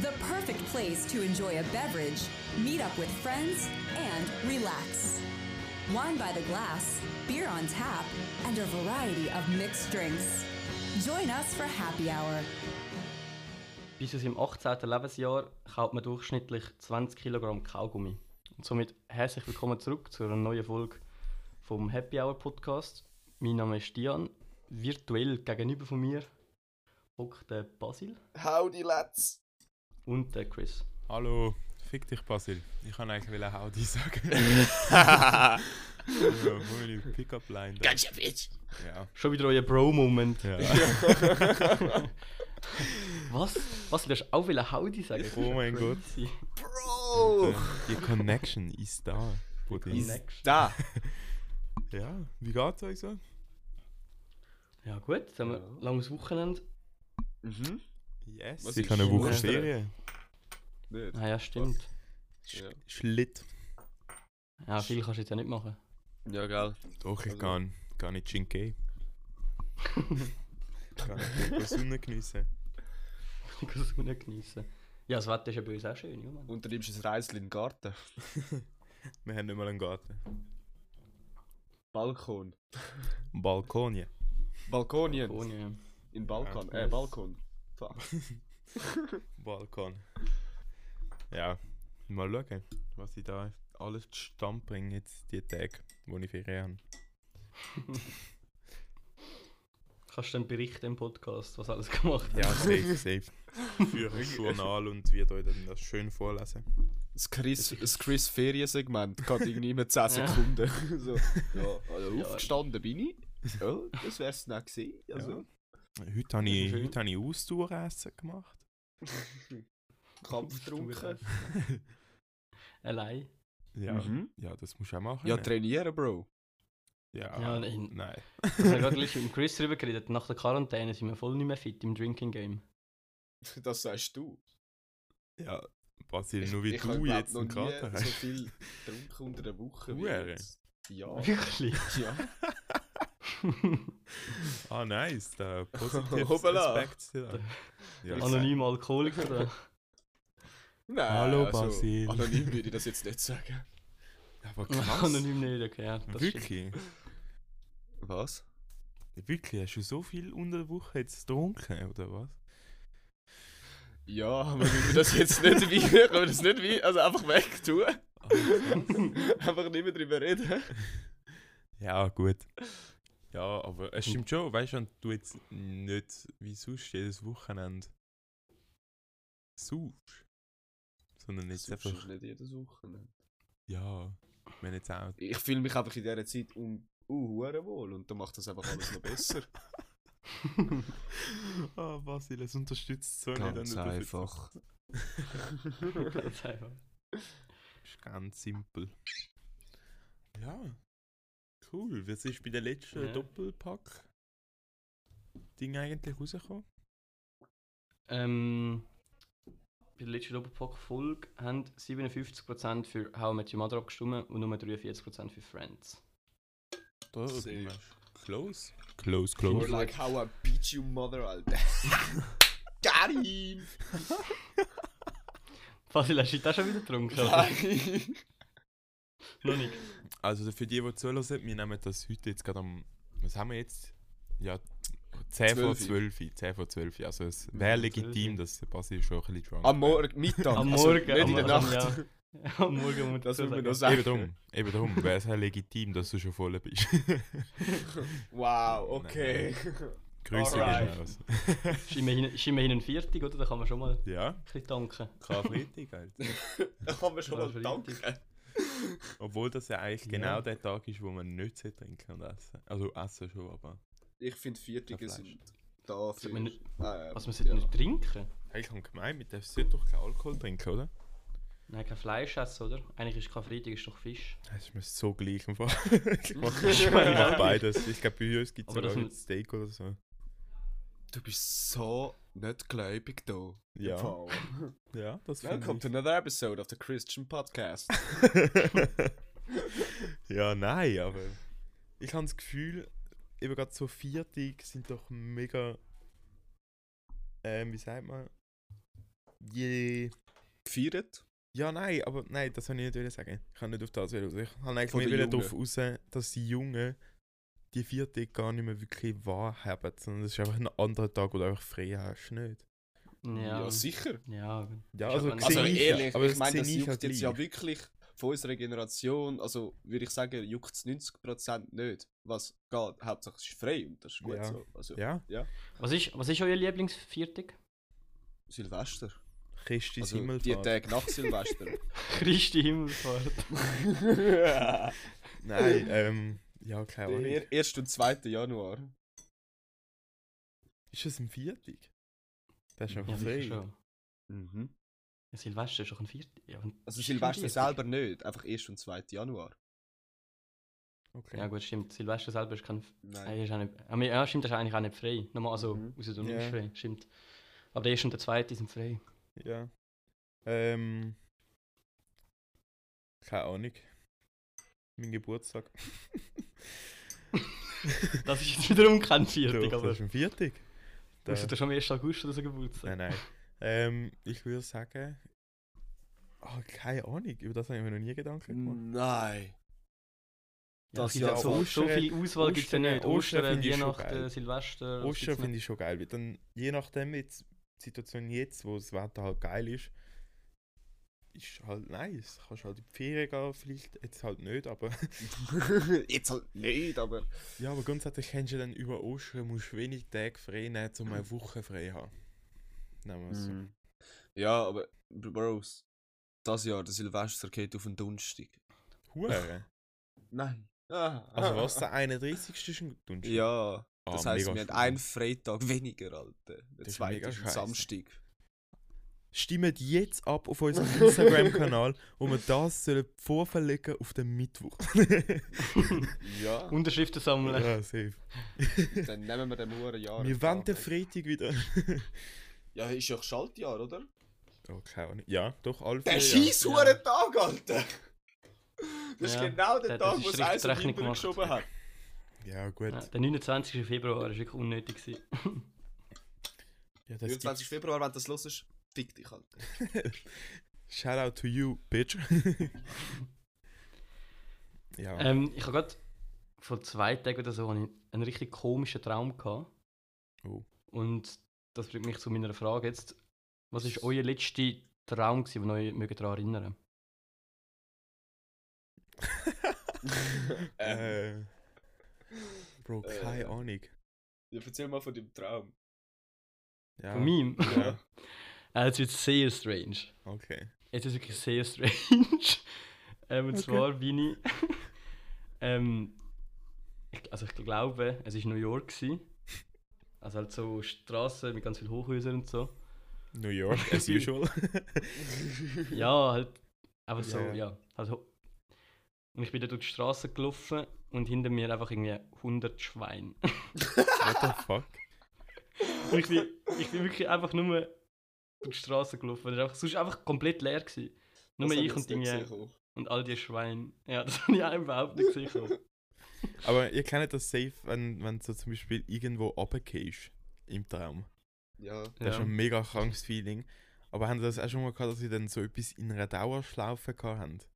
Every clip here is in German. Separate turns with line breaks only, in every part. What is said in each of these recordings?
The perfect place to enjoy a beverage, meet up with friends, and relax. Wine by the glass, beer on tap, and a variety of mixed drinks. Join us for happy hour.
Bis zu seinem 18. Lebensjahr kaut man durchschnittlich 20 Kilogramm Kaugummi. Und somit herzlich willkommen zurück zu einer neuen Folge vom Happy Hour Podcast. Mein Name ist Dian. Virtuell gegenüber von mir hockt der Basil
Howdy, Lads!
und der Chris.
Hallo, fick dich Basil. Ich kann eigentlich will Howdy sagen. ja, wo meine Pickup-Line da.
Gotcha, bitch.
Ja.
Schon wieder euer Bro-Moment.
ja.
Was? Was willst du auch wieder Howdy sagen?
Oh mein Gott.
Crazy.
Bro!
Die Connection ist da. Bruder.
Next.
Da!
Ja, wie geht's euch so?
Ja gut, jetzt haben wir ein langes Wochenende.
Mhm.
Yes.
Was
ich
ist
habe eine
in
Woche
Österreich?
Ferien.
Nicht.
Ah ja, stimmt.
Ja,
Schlitt.
Ja, viel kannst du jetzt ja nicht machen.
ja gell.
Doch, ich
Also-
kann gar nicht Shinkai. Kann ich die Sonne geniessen.
Ich kann es nicht geniessen. Ja, das Wetter ist ja bei uns auch schön, ja Mann.
Und dann nimmst du ein Reisli in den Garten.
Wir haben nicht mal einen Garten.
Balkon.
Balkon, ja.
Balkonien.
Ohne.
In Balkan.
Ja.
Äh, Balkon. Fuck.
Balkon. Ja, mal schauen, was ich da alles zustande bringe, jetzt die Tage, wo ich Ferien habe.
Kannst du dann berichten im Podcast, was alles gemacht hat?
Ja, safe, safe. Für ein Journal und wir euch dann das schön vorlesen.
Das Chris, das Chris Feriensegment geht irgendwie immer 10 Sekunden. so, ja, also
Ja.
aufgestanden bin ich. Ja, das wär's dann auch gewesen. Also,
Äh? Heute habe ich,
Schön.
heute habe ich Austauressen gemacht.
Kampf trunken.
Allein.
Ja,
Mhm.
ja das musst du auch machen.
Ja,
ne?
trainieren, Bro.
ja,
Ja, nein.
nein. nein.
Das haben wir gerade gleich mit Chris darüber geredet. Nach der Quarantäne sind wir voll nicht mehr fit im Drinking Game.
Das sagst du.
Ja, Basil, nur wie
ich hab,
du
glaub,
jetzt einen
noch nie
Kater
so
hast.
viel getrunken unter der Woche. wie
Huere.
jetzt. Ja,
Wirklich?
ja.
Ah, nice. Der positive
Hoppala.
Aspekt. Ja. Ja,
Anonym Alkoholiker da.
Nein,
Hallo, Basil.
also, Anonym würde ich das jetzt nicht sagen.
Aber krass.
Anonym nicht, okay. Ja, das stimmt.
Wirklich?
Was?
Wirklich? Hast du so viel unter der Woche jetzt getrunken, oder was?
Ja, aber wenn wir das jetzt nicht wie, können wir das nicht wie, also einfach weg tun. einfach nicht mehr drüber reden.
Ja, gut. Ja, aber es stimmt schon, weißt du, wenn du jetzt nicht wie sonst jedes Wochenende saufst, sondern jetzt
Das ist
einfach,
nicht jedes Wochenende.
ja, wenn jetzt auch.
Ich fühle mich einfach in dieser Zeit um uh, wohl und dann macht das einfach alles noch besser.
Ah, Basil, es unterstützt so nicht. wenn du das jetzt
Ganz einfach.
machst. Ist ganz simpel. Ja, cool. Was ist bei der letzten
Ja.
Doppelpack-Ding eigentlich rausgekommen?
Ähm, bei der letzten Doppelpack-Folge haben 57% für How I Met Your Mother abgestimmt und nur 43% für Friends.
Da,
Sehr.
Close. Close,
More
close.
like how I beat you mother, Alter. Got him!
Basil, hast du das schon wieder getrunken? oder?
Nein.
Noch nicht.
Also für die, die zuhören, wir nehmen das heute jetzt gerade am. Was haben wir jetzt? Ja, 10 vor 12. 10 vor 12. Also es wäre legitim, dass der Basi schon ein bisschen drunk
Am
wäre.
Morgen, Mittag.
Am
also
Morgen.
Nicht in der
am-
Nacht.
Ja. Am Morgen muss
Das
ich
will man noch
sagen.
sagen.
Eben drum, eben drum, wäre es ja legitim, dass du schon voll bist.
Wow, okay.
Grüße
Alright.
gehen raus.
Ist immerhin, ist immerhin ein Viertig, oder? Da kann man schon mal ein
Ja,
bisschen danken.
Karfreitag halt.
Da kann man schon
Ja,
mal
richtig.
danken.
Obwohl das ja eigentlich
Ja.
genau der Tag ist, wo man nicht trinken und essen. Also essen schon, aber
Ich finde, Viertige
Kein
sind da für.
man nicht-
ähm,
Was, Also, man sollte
ja.
nicht trinken?
ich habe gemeint, man darf sollte doch keinen Alkohol trinken, oder?
Nein, kein Fleisch essen, oder? Eigentlich ist kein Freitag, ist doch Fisch.
Das ist mir so gleich im Fall. ich mache ich mach beides. Ich glaube, bei uns gibt es
Aber
sogar
dass man-
jetzt Steak oder so.
Du bist so nicht gläubig da.
Ja.
Paul.
Ja, das
Welcome to another episode of the Christian Podcast.
ja, nein, aber ich habe das Gefühl, eben gerade so Viertig sind doch mega, ähm, wie sagt man, je.
Gefeiert?
Ja, nein, aber nein, das wollte ich nicht wollen sagen. Ich kann nicht auf das raus. Ich kann eigentlich
Von
mehr
den
wollen
Jungen.
darauf raus, dass die Jungen die vierte gar nicht mehr wirklich wahrhaben, sondern es ist einfach ein anderer Tag, wo du einfach frei hast, nicht?
Ja,
sicher.
ja. Ist
Ja, also,
aber nicht-
Also
sehe ich ja,
ehrlich,
aber
ich meine, das
sehe ich halt ja
juckt jetzt ja
gleich.
wirklich von unserer Generation, also würde ich sagen, juckt es 90% nicht. Was geht, Hauptsache es ist frei und das ist gut
Ja.
so. Also
Ja,
Was ist, was ist euer Lieblingsviertig?
Silvester.
Christi
Also die
Himmelfahrt.
Tage nach Silvester.
Christi Himmelfahrt.
Nein, ähm, ja, keine Ahnung.
Der 1. und 2. Januar.
Ist es ein Viertig? Das ist
Ja,
einfach
sicher
frei.
schon.
Mhm.
Ja, Silvester ist doch ein Viertig. Ja, ein-
Also
ist schon
Silvester
Viertig.
selber nicht, einfach 1. und 2. Januar.
Okay.
Ja gut, stimmt. Silvester selber ist kein...
Nein.
Nein. Ist auch nicht, Ah, mi- ja, stimmt, das ist eigentlich auch nicht frei. Nochmal, also,
Mhm.
außer du
Ja.
nimmst frei, stimmt. Aber der erste und der zweite sind frei.
Ja. Ähm. Keine Ahnung. Mein Geburtstag.
Das ist jetzt wiederum kein
Doch,
Viertig,
das
aber...
ist ein Viertig. also. Da.
Außer du schon am 1. August oder so Geburtstag.
Nein, nein. Ähm, ich würde sagen. Ah, keine Ahnung. Über das habe ich mir noch nie Gedanken
Hm,
gemacht.
Nein. Das
es
ja,
gibt so,
aber
so
Ostern-
viel Auswahl gibt es ja
Ostern-
nicht. Ostern,
Ostern finde ich schon
Weihnachten,
geil.
Silvester. was
Ostern
gibt's noch?
finde ich schon geil, weil dann, je nachdem jetzt, die Situation jetzt, wo das Wetter halt geil ist, ist halt nice. Kannst halt in die Ferien gehen, vielleicht jetzt halt nicht, aber
Jetzt halt nicht, aber.
Ja, aber grundsätzlich kannst du dann über Ostern musst du wenig Tage frei nehmen, um eine Woche frei zu haben. Nehmen wir es
Hm.
so.
Mhm. Ja, aber Bros. Das Jahr, der Silvester geht auf den Donnerstag.
Hure.
Nein. Ah.
Also was, der 31. ist ein Donnerstag? Ah,
Ja, das heisst, wir
mega
haben
schön.
einen Freitag weniger, Alter. Der
Das ist
zweite
mega
ist am
scheisse.
Samstag.
Stimmt jetzt ab auf unseren Instagram-Kanal, wo wir das sollen vorverlegen auf den Mittwoch.
Ja.
Unterschriften sammeln.
ja, safe.
Dann nehmen wir den Uhren Jahr.
wir wollen den Freitag wieder.
Ja, ist ja Schaltjahr, oder?
oh, keine Ahnung. Ja, doch, alle
Der
vier Jahre.
scheiß Huren Tag, Alter! Das ist
Ja,
genau
der- das
der Tag,
ist
wo es
richtig
eins und
Rechnung
hinterher
gemacht.
geschoben hat.
Ja, gut.
Ja,
Ja,
der 29. Februar war wirklich unnötig. gewesen.
das
29. Februar, wenn du das los ist, fick dich, Alter.
gibt- Shout out to you, bitch. ja.
Ähm, ich habe gerade vor zwei Tagen oder so habe ich einen richtig komischen Traum gehabt.
Oh.
Und das bringt mich zu meiner Frage jetzt. Was war euer letzter Traum, gewesen, wo ihr euch mögt daran erinnern
äh. Bro, keine
Äh.
Ahnung.
Ja, erzähl mal von deinem Traum.
Ja,
Von meinem?
Ja.
Äh, Jetzt wird es sehr strange.
Okay.
Jetzt ist wirklich sehr strange. ähm, und
Okay.
zwar bin ich. ähm, ich- also ich glaube, es war New York. Gewesen. Also halt so Straßen mit ganz vielen Hochhäusern und so.
New York, as usual.
Ja, halt. Aber so,
Ja, ja.
ja. Halt, ho- und ich bin dann durch die Straße gelaufen und hinter mir einfach irgendwie 100 Schweine.
What the fuck?
Und ich bin, ich bin wirklich einfach nur durch die Straße gelaufen. Das war einfach, sonst einfach komplett leer. Gewesen. Nur
Das hab
ich und,
jetzt nicht
irgendwie,
gesehen, komm.
und all die Schweine. Ja, das habe ich auch überhaupt nicht gesehen. komm.
Aber ihr kennt das safe, wenn, wenn so zum Beispiel irgendwo runtergehst im Traum.
Ja.
Das ist
Ja.
ein mega krankes Feeling. Aber haben ihr das auch schon mal gehabt, dass ihr dann so etwas in einer Dauerschlaufe gehabt habt?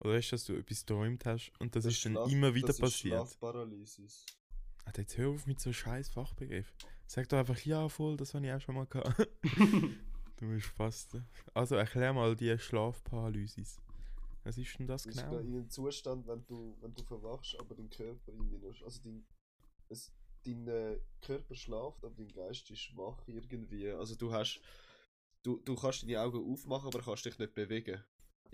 Oder ist das, dass du etwas geträumt hast und das, ist dann
Schlaf-
immer wieder
das ist
passiert?
Schlafparalysis.
Alter, jetzt hör auf mit so scheiß Fachbegriff. Sag doch einfach, ja voll, das habe ich auch schon mal gehabt. du bist fast. Also erklär mal die Schlafparalysis. Was ist denn das
Das ist
genau?
in einem Zustand, wenn du, wenn du verwachst, aber dein Körper irgendwie noch. Also dein, es, dein äh, Körper schlaft, aber dein Geist ist wach irgendwie. Also du hast. Du, du kannst deine Augen aufmachen, aber kannst dich nicht bewegen.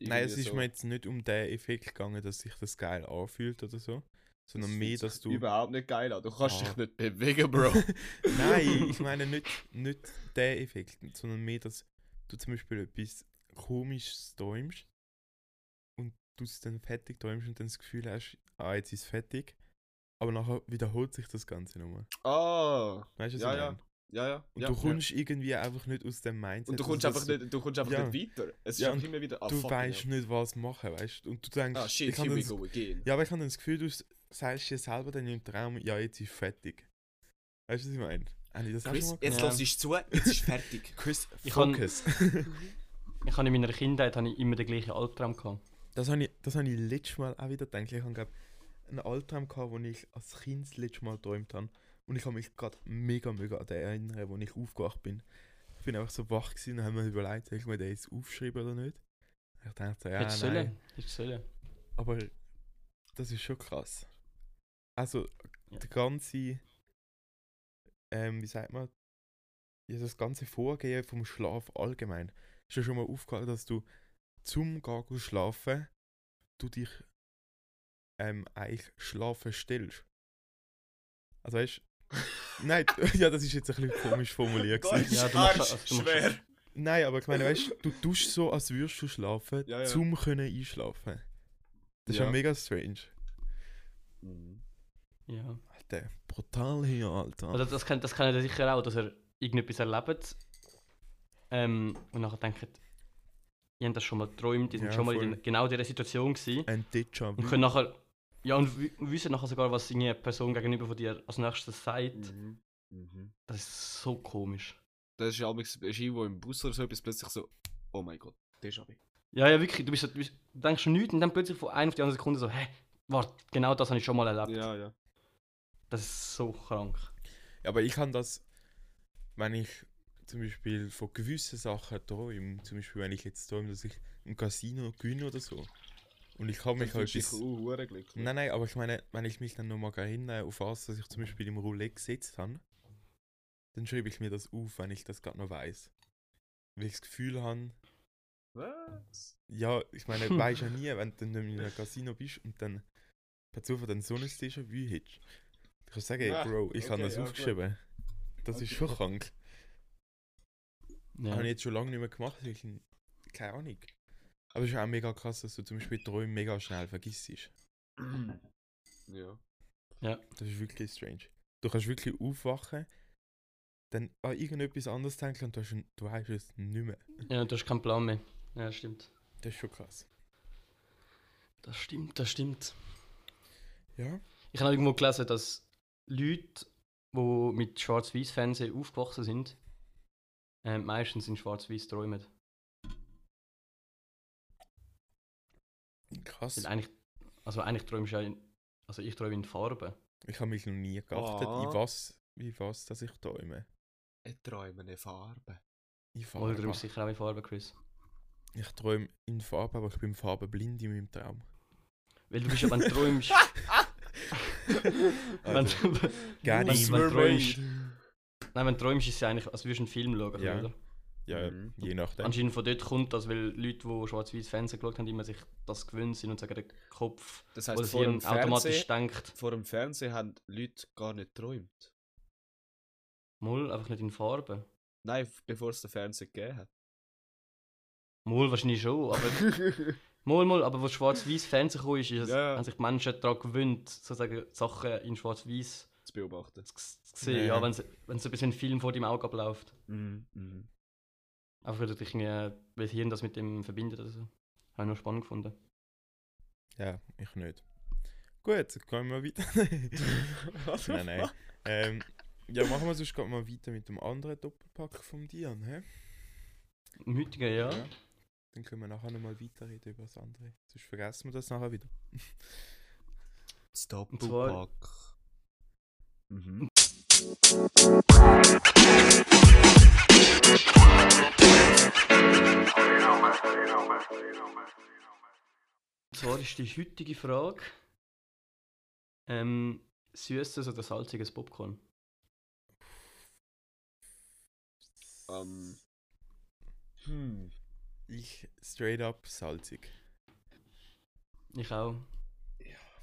Nein, es
Irgendwie
ist
so.
mir jetzt nicht um den Effekt gegangen, dass sich das geil anfühlt oder so, sondern
fühlt
mehr,
sich
dass du.
Überhaupt nicht geil an. Du kannst
Ah.
dich nicht bewegen, Bro.
Nein, ich meine nicht, nicht den Effekt, sondern mehr, dass du zum Beispiel etwas komisches träumst und du es dann fertig träumst und dann das Gefühl hast, ah, jetzt ist es fertig, aber nachher wiederholt sich das Ganze nochmal.
Ah.
Weißt du, was
Ja,
ich
ja.
meine?
Ja, ja.
Und
ja,
du
ja.
kommst irgendwie einfach nicht aus dem Mindset.
Und du
also
kommst
dass
einfach nicht, du kommst einfach
Ja.
nicht weiter. Es ist
Ja,
einfach
und
immer wieder ah,
Du
fuck,
weißt
ja.
nicht, was machen, weißt du? Und du denkst,
Ah shit,
ich habe
here we
das-
go again.
Ja, aber ich habe dann das Gefühl, du s- sagst dir selber dann im Traum, ja, jetzt ist fertig. Weißt du, was ich meine? Habe ich das auch
Chris,
schon mal
jetzt
Ja.
lass ich zu, jetzt ist fertig.
Chris,
Ich kann-
Focus.
Ich habe in meiner Kindheit habe ich immer den gleichen Albtraum gehabt.
das habe ich, das habe ich letztes Mal auch wieder gedacht. Ich habe glaub, einen Albtraum gehabt, den ich als Kind das letzte Mal geträumt habe. Und ich habe mich gerade mega, mega an den erinnern, wo ich aufgewacht bin. Ich bin einfach so wach gewesen und habe mir überlegt, soll ich mir den jetzt aufschreiben oder nicht? Ich dachte so, ja,
Hättest du
nein.
sollen? Hättest du sollen?
Aber das ist schon krass. Also,
Ja.
der ganze, ähm, wie sagt man, ja, das ganze Vorgehen vom Schlaf allgemein. Ist ja schon mal aufgefallen, dass du zum Gago schlafen, du dich ähm, eigentlich schlafen stellst. Also weißt nein, ja, das ist jetzt ein bisschen komisch formuliert.
Gott,
gewesen.
Ja,
ja,
du machst- also du machst-
schwer.
Nein, aber ich meine, weißt du, tust so, als würdest du schlafen,
Ja, ja.
zum können einschlafen. Das ist ja
Ja.
mega strange.
Mhm.
Ja.
Alter, brutal hier, Alter.
Oder Also das kennt das kennt er sicher auch, dass er irgendetwas erlebt ähm, und nachher denkt, ihr habt das schon mal geträumt, ihr seid
Ja,
schon mal
voll. Mhm.
in genau dieser Situation gewesen.
Ein déjà
Und können nachher, ja, und wi- wissen nachher sogar, was eine Person gegenüber von dir als nächstes sagt.
Mhm. Mhm.
Das ist so komisch.
Das ist ja auch irgendwo im Bus oder so etwas plötzlich so, oh mein Gott, déjà vu.
Ja, ja, wirklich, du, bist, so- du bist, du denkst nichts und dann plötzlich von einer auf die andere Sekunde so, hä, warte, genau das habe ich schon mal erlebt.
Ja, ja.
Das ist so krank.
Ja, aber ich kann das, wenn ich zum Beispiel von gewissen Sachen träume, zum Beispiel wenn ich jetzt träume, dass ich im Casino gewinne oder so, und ich habe
Dann
mich halt
fühlst du dich
bis...
auch hure glücklich.
Nein, nein, aber ich meine, wenn ich mich dann nochmal erinnere, auf was, dass ich zum Beispiel im Roulette gesetzt habe, dann schreibe ich mir das auf, wenn ich das gerade noch weiß. Weil ich das Gefühl habe,
Was?
Ja, ich meine,
Hm.
du weißt ja nie, wenn du dann in einem Casino bist und dann per Zufall dann so ein Déjà-vu hättest. Du kannst sagen,
Ah,
ey, Bro, ich habe
okay,
das
ja, gut.
aufgeschrieben. Das ist schon krank.
Ja.
Habe ich jetzt schon lange nicht mehr gemacht, weil ich n- keine Ahnung. Aber es ist auch mega krass, dass du zum Beispiel Träume mega schnell vergisst.
ja.
Das ist wirklich strange. Du kannst wirklich aufwachen, dann an irgendetwas anderes denken und du, hast, du weißt es nicht mehr.
ja, du hast keinen Plan mehr. Ja, stimmt.
Das ist schon krass.
Das stimmt, das stimmt.
Ja?
Ich habe irgendwo gelesen, dass Leute, die mit schwarz weiß fernsehen aufgewachsen sind, äh, meistens in schwarz weiß träumen.
Krass.
Weil eigentlich, also eigentlich träumst du ja in, also ich träume in Farbe.
Ich habe mich noch nie geachtet,
Ah.
in was, wie was, dass ich träume.
Ich träume eine Farbe.
In
Oder
Farbe.
du träumst sicher auch in Farbe, Chris.
Ich träume in Farbe, aber ich bin farbenblind in meinem Traum.
Weil du bist ja, wenn du träumst, wenn,
Also,
du-
Gar
wenn,
nicht.
du- wenn du träumst, nein, wenn du träumst, ist es ja eigentlich, als würdest du einen Film schauen,
Ja.
oder?
Ja,
Mhm.
je nachdem.
Anscheinend von dort kommt das, weil Leute, die schwarz weiß fernsehen geschaut haben, immer sich das gewöhnt sind und sagen, der Kopf
Das
oder
heißt,
das
vor
Hirn
dem,
automatisch
Fernsehen,
denkt,
vor dem Fernsehen haben Leute gar nicht geträumt.
Mull, einfach nicht in Farbe.
Nein, f- bevor es den Fernsehen gegeben hat.
Mol wahrscheinlich schon, aber. Mol, mol, aber was schwarz-weiß Fernsehen gekommen ist, ist es,
Ja, ja.
haben sich die Menschen daran gewöhnt, sozusagen Sachen in schwarz-weiß
Zu beobachten.
zu zu sehen.
Nee.
Ja, wenn es wenn so ein bisschen ein Film vor deinem Auge abläuft.
Mhm. Mhm.
Einfach weil du dich irgendwie, weil das Hirn das mit dem verbindet oder so. Habe ich noch spannend gefunden.
Ja, ich nicht. Gut, gehen wir weiter. nein, nein. Ähm, ja, machen wir sonst gerade mal weiter mit dem anderen Doppelpack vom Dian, hä?
Im heutigen, ja.
Dann können wir nachher nochmal weiterreden über das andere. Sonst vergessen wir das nachher wieder.
Das
zwar-
Doppelpack. Mhm.
Und zwar ist die heutige Frage: ähm, Süßes oder salziges Popcorn?
Ähm. Hm.
Ich straight up salzig.
Ich auch.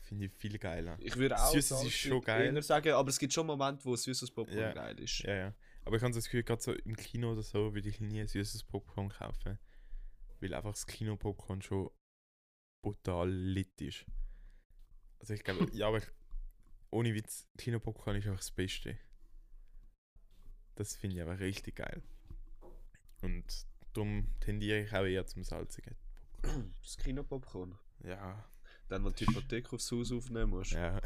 Finde ich viel geiler.
Ich würde auch
Süßes ist
salzig
schon geil.
eher sagen, aber es gibt schon Momente, wo süßes Popcorn
Ja.
geil ist.
Ja, ja. Aber ich habe so das Gefühl, gerade so im Kino oder so würde ich nie ein süßes Popcorn kaufen. Weil einfach das Kino-Popcorn schon brutal lit ist. Also ich glaube, ja, aber ich, ohne Witz, Kino-Popcorn ist einfach das Beste. Das finde ich einfach richtig geil. Und darum tendiere ich auch eher zum salzigen.
Das Kinopopcorn.
Ja.
Dann, wenn du die Hypothek aufs Haus aufnehmen musst.
Ja.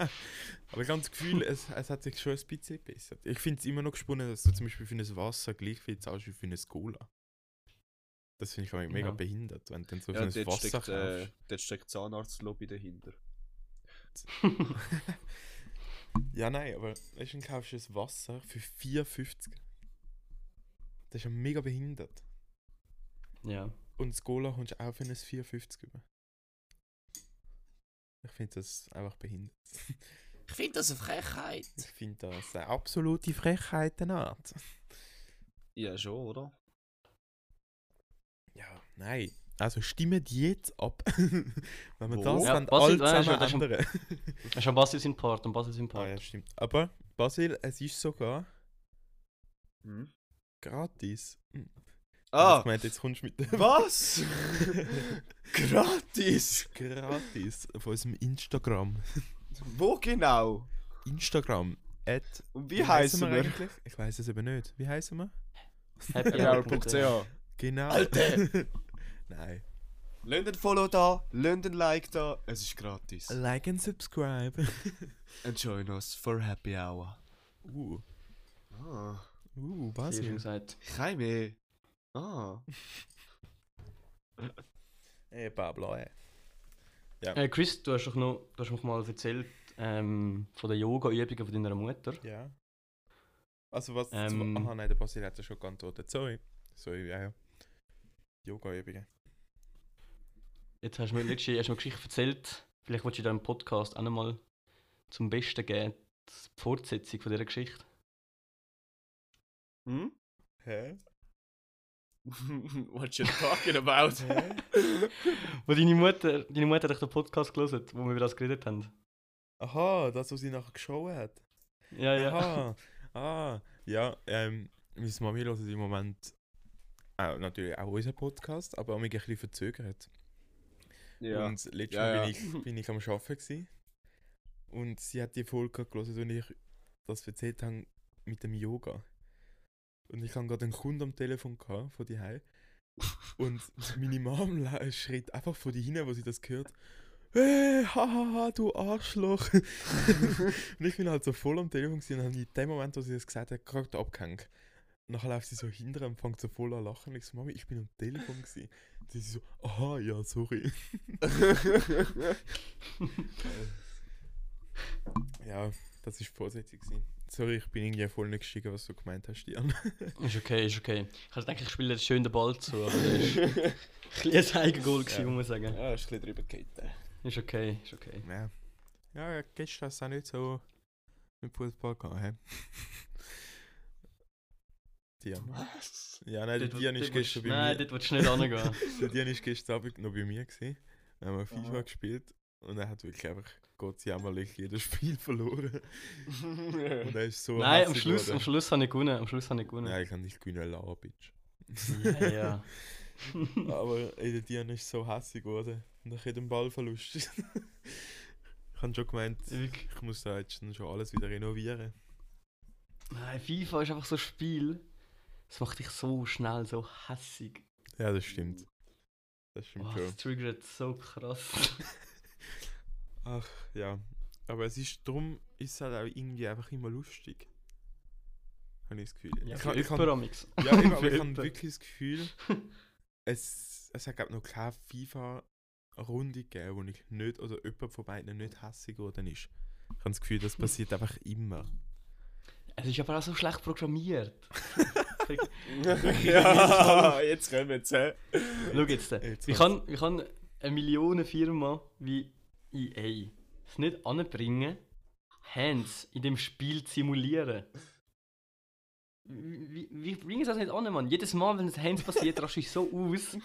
Aber ganz das Gefühl, es, es hat sich schon ein bisschen gebessert. Ich finde es immer noch gesponnen, dass du zum Beispiel für ein Wasser gleich viel zahlst wie für eine Cola. Das finde ich auch mega
Ja.
behindert, wenn du dann so
Ja,
für ein
dort
Wasser
steckt, äh,
kaufst.
dort steckt Zahnarztlobby dahinter.
Ja, nein, aber weißt du, dann kaufst du ein Wasser für 4,50. Das ist ja mega behindert.
ja.
Und das Cola kommst du auch für ein 4,50 über. Ich finde das einfach behindert.
Ich finde das eine Frechheit.
Ich finde das eine absolute Frechheit der Art.
Ja, schon, oder?
Ja, nein. Also stimmt jetzt ab. Wenn wir das
Ja,
dann
Basil,
alle
nein,
zusammen
das ist-
ändern.
Das ist ein Basis Import und Basis
ah
Import.
ja, stimmt. Aber Basil, es ist sogar
Hm?
gratis. Hm. Ich
Ah!
meinte, jetzt kommst du mit dem
Was? Gratis!
gratis auf unserem Instagram.
Wo genau?
Instagram. At,
Und wie heißen wir?
eigentlich? Ich weiß es eben nicht. Wie heißen wir?
Happy
Hour.ch
Genau. nein.
Lasst ein Follow da, lasst ein Like da, es ist gratis.
Like and subscribe.
And join us for Happy Hour.
Uh,
Ah,
Sehr
uh,
schön
Basil.
gesagt.
kein mehr. Ah.
Ey, Pablo, ey.
Äh, Chris, du hast doch noch, du hast mich mal erzählt ähm, von den Yoga-Übungen von deiner Mutter.
Ja. Also was...
Ähm.
Zu, aha, nein, der Basil hat ja schon geantwortet. Sorry. Sorry, ja, ja. Yoga-Übungen.
Jetzt hast du mir letztens hast du mir eine Geschichte erzählt. Vielleicht willst du deinen Podcast auch nochmal zum Besten geben, die Fortsetzung von dieser Geschichte.
Hm?
Hä?
What you talking about?
Wo deine Mutter, deine Mutter hat doch den Podcast gelesen, wo wir über das geredet haben.
Aha, das, was sie nachher geschaut hat.
Ja, ja.
Aha. ah, ja, ähm, meine Mami hört im Moment auch, natürlich auch unseren Podcast, aber auch mich ein bisschen verzögert.
ja.
Und letztes
Ja,
Mal
ja.
Bin, ich, bin ich am Arbeiten gewesen. und sie hat die Folge gelesen, und ich das erzählt habe mit dem Yoga. Und ich habe gerade einen Kunden am Telefon gehabt, von die Und meine Mom la- schreit einfach von die hin, wo sie das gehört. Hey, hahaha, du Arschloch! und ich bin halt so voll am Telefon gewesen und habe in dem Moment, wo sie das gesagt hat, gerade abgehängt. Nachher läuft sie so hinterher und fängt so voll an lachen. Ich so, Mami, ich bin am Telefon gewesen. Und sie so, aha, ja, sorry. Ja, das ist vorsätzlich gewesen. Sorry, ich bin irgendwie voll nicht gestiegen, was du gemeint hast, Jan.
Ist okay, ist okay. Ich habe gedacht, ich spiele jetzt schön den Ball zu, aber das war ein kleines Eigengoal, gewesen, muss man sagen.
Ja, ist ein bisschen drüber gehalten.
Ist okay, ist okay.
Ja. Ja, gestern hast du auch nicht so mit Fußball gehabt, hä? Dian.
Was?
Ja, nein, der
Dort, wo-
Dian ist
dort willst-
gestern bei
Nein,
mir.
dort willst du nicht angehen.
Der Dian ist gestern Abend noch bei mir gewesen. Wir haben FIFA gespielt und er hat wirklich einfach Gott jammerlich jedes Spiel verloren. Und er ist so
Nein, am
hässlich
Schluss, am
geworden.
Schluss habe ich gewonnen. Am Schluss habe ich gewonnen.
Nein, ich kann nicht gewinnen, la, bitch.
Ja, ja.
Aber ey, der Dian ist so hässlich geworden. Nach jedem Ballverlust. ich habe schon gemeint,
Wirklich.
ich muss da jetzt schon alles wieder renovieren.
Nein, FIFA ist einfach so ein Spiel. Das macht dich so schnell, so hässig.
Ja, das stimmt. Das stimmt
Oh,
schon.
das triggert so krass.
Ach, ja. Aber es ist drum, ist es halt auch irgendwie einfach immer lustig. Habe ich das Gefühl.
Ja,
ich
für
hab- ich hab-
Öperomix.
ja, eben, aber
Für
ich habe
jemanden.
wirklich das Gefühl, es, es hat glaub noch keine FIFA-Runde gegeben, wo ich nicht oder jemand von beiden nicht hässig geworden ist. Ich habe das Gefühl, das passiert einfach immer.
Es ist aber auch so schlecht programmiert.
ja, jetzt kommen wir jetzt, hä?
Schau jetzt. äh,
Jetzt
Ich kann, ich kann eine Millionenfirma wie EA es nicht anbringen, Hands in dem Spiel zu simulieren. Wie, wie bringen sie das nicht an, Mann? Jedes Mal, wenn es Hands passiert, rasche ich so aus.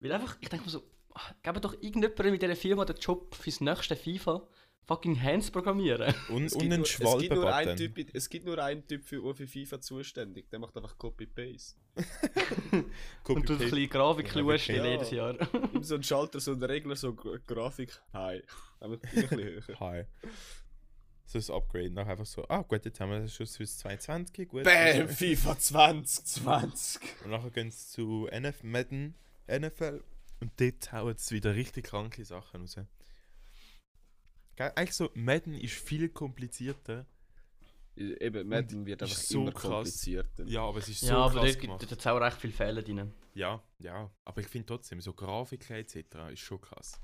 Weil einfach, ich denke mir so, ah, geben doch irgendjemandem mit dieser Firma den Job fürs nächste FIFA fucking Hands programmieren.
Und,
Es
und
gibt,
einen
nur, es, gibt nur einen
Schwalbenbutton.
typ, in- es gibt nur einen Typ für Uhr für FIFA zuständig, der macht einfach Copy-Paste.
Und du ein bisschen Grafik
Ja,
anstellen
ja.
jedes Jahr.
Immer so ein Schalter, so ein Regler, so Gra- Grafik. Hi. Aber ein bisschen höher.
Hi. So das Upgrade nach einfach so, ah gut, jetzt haben wir das schon fürs 22, gut.
Bam! FIFA 2020!
Und nachher gehen sie zu NF Madden, NFL Und dort hauen sie wieder richtig kranke Sachen raus. Gell? Eigentlich so, Madden ist viel komplizierter.
Eben, Madden wird
ist
einfach
so
immer
krass.
komplizierter.
Ja, aber es ist so
ja, aber
krass
dort gibt
gemacht.
es auch recht viele Fehler drin.
Ja, ja. Aber ich finde trotzdem, so Grafiken etc. ist schon krass.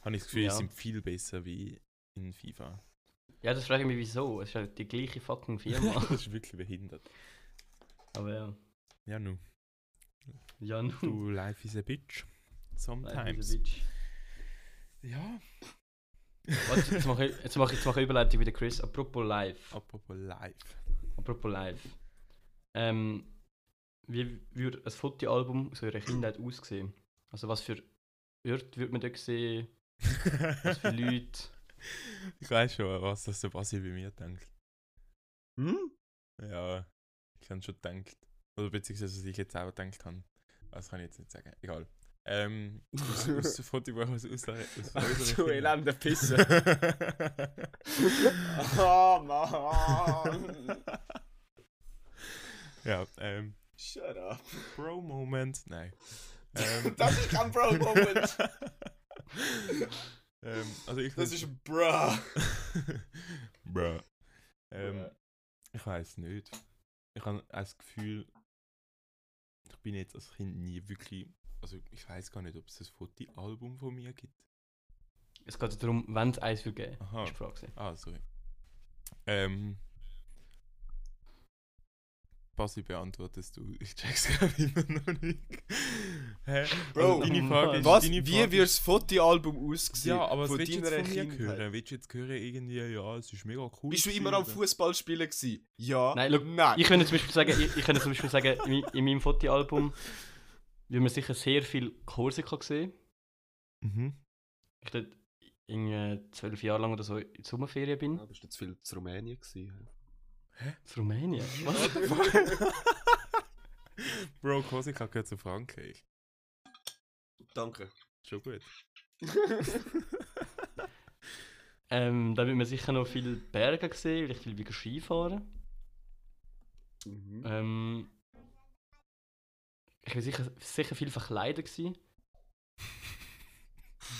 Habe ich das Gefühl,
Ja.
sie sind viel besser wie in FIFA.
Ja, das frage ich mich wieso. Es ist halt die gleiche fucking Firma.
das ist wirklich behindert.
aber ja.
Ja, nu.
Ja, nu.
Du, life is a bitch.
Hm. Life is
Sometimes.
a bitch.
Ja.
Warte, jetzt mache ich, jetzt mache ich, jetzt mache ich Überleitung wieder Chris. Apropos live.
Apropos live.
Apropos live. Ähm, wie würde ein Fotoalbum aus eurer Kindheit aussehen? Also was für Orte würde man dort sehen? Was für Leute?
Ich weiß schon, was das der Basi bei mir denkt.
Hm?
Ja, ich habe schon gedacht. Oder beziehungsweise, was ich jetzt selber gedacht habe. Das kann ich jetzt nicht sagen. Egal. Ähm, aus, aus dem Foto, wo ich aus, aus, aus
Ach, du
unserer Kindheit-
elender Pisser. oh Mann!
ja, ähm,
Shut up.
Bro-Moment. Nein. Ähm,
Das ist kein Bro-Moment.
ähm, also ich
Das ist ein Bra.
Bruh. Ähm, ich weiß nicht. Ich habe das Gefühl, ich bin jetzt als Kind nie wirklich. Also ich weiß gar nicht, ob es ein Fotoalbum von mir gibt.
Es geht ja darum, wenn es eins würde geben.
Aha.
Ist die Frage. gewesen.
Ah, sorry. Ähm. Basti, beantwortest du? Ich check's gerade immer noch nicht. Hä? Also
Bro,
deine Frage ist,
Was?
deine
Wie
Frage
würde das Fotoalbum aussehen?
Ja, aber was
von
willst du jetzt
deiner
von mir
Kindheit?
hören? Willst du jetzt hören, irgendwie, ja, es ist mega cool.
Bist du
gewesen,
immer am
oder?
Fußball spielen gewesen? Ja.
Nein, look,
Nein.
Ich könnte zum Beispiel sagen, ich, ich könnte zum Beispiel sagen in, mei- in meinem Fotoalbum würde man sicher sehr viel Korsika sehen.
Mhm.
Ich dort irgendwie zwölf Jahre lang oder so in die Sommerferien bin.
Ja, bist du zu viel zu Rumänien gewesen?
Aus Rumänien? Was?
Bro, Korsika gehört zu Frankreich.
Danke.
Schon gut.
ähm, da wird man sicher noch viele Berge sehen, vielleicht viel wieder Skifahren.
hä? Mhm.
Äh,
Ähm, ich war sicher, sicher viel verkleidet. Gewesen.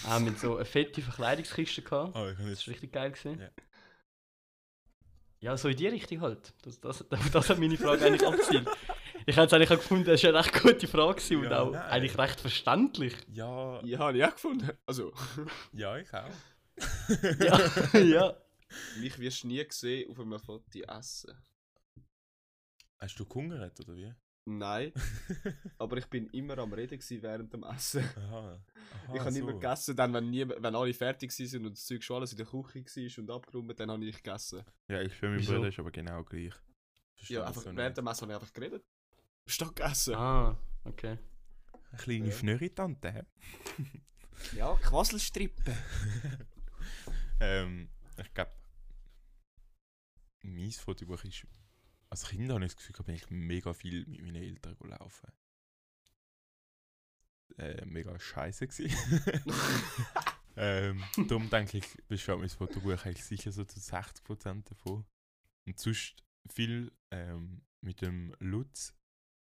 Auch mit so einer fetten Verkleidungskiste. Gehabt.
Oh, ich kann
Das
jetzt
war richtig geil. Gewesen.
Ja.
Ja, so in die Richtung halt. Das, das, das hat meine Frage eigentlich abgezielt. Ich habe es eigentlich auch gefunden, das war eine recht gute Frage gewesen und
Ja,
auch
nein.
eigentlich recht verständlich.
Ja,
Ja, habe ich auch gefunden. Also,
ja, ich auch.
Ja, ja.
mich wirst du nie gesehen auf einem Foto essen.
Hast du gehungert, oder wie?
Nein, aber ich bin immer am Reden gewesen während dem Essen.
Aha. Aha
ich habe
Ah, so.
immer gegessen, dann, wenn, nie, wenn alle fertig waren und das Zeug schon alles in der Küche war und abgeräumt, dann habe ich gegessen.
Ja, ich schwöre, mein
Wieso?
Bruder ist aber genau gleich. Verstehe
Ja,
das
einfach
so nicht.
während dem Essen habe ich einfach geredet. Statt gegessen.
Ah, okay.
Eine kleine
Ja.
Schnörri-Tante, hä?
Ja, Quasselstrippen.
ähm, ich glaube, mein Fotobuch ist. Als Kind habe ich das Gefühl, gehabt, bin ich mega viel mit meinen Eltern gelaufen. Äh, mega scheiße gewesen. ähm, darum denke ich, besteht mein Fotobuch eigentlich sicher so zu 60% davon. Und sonst viel ähm, mit dem Lutz,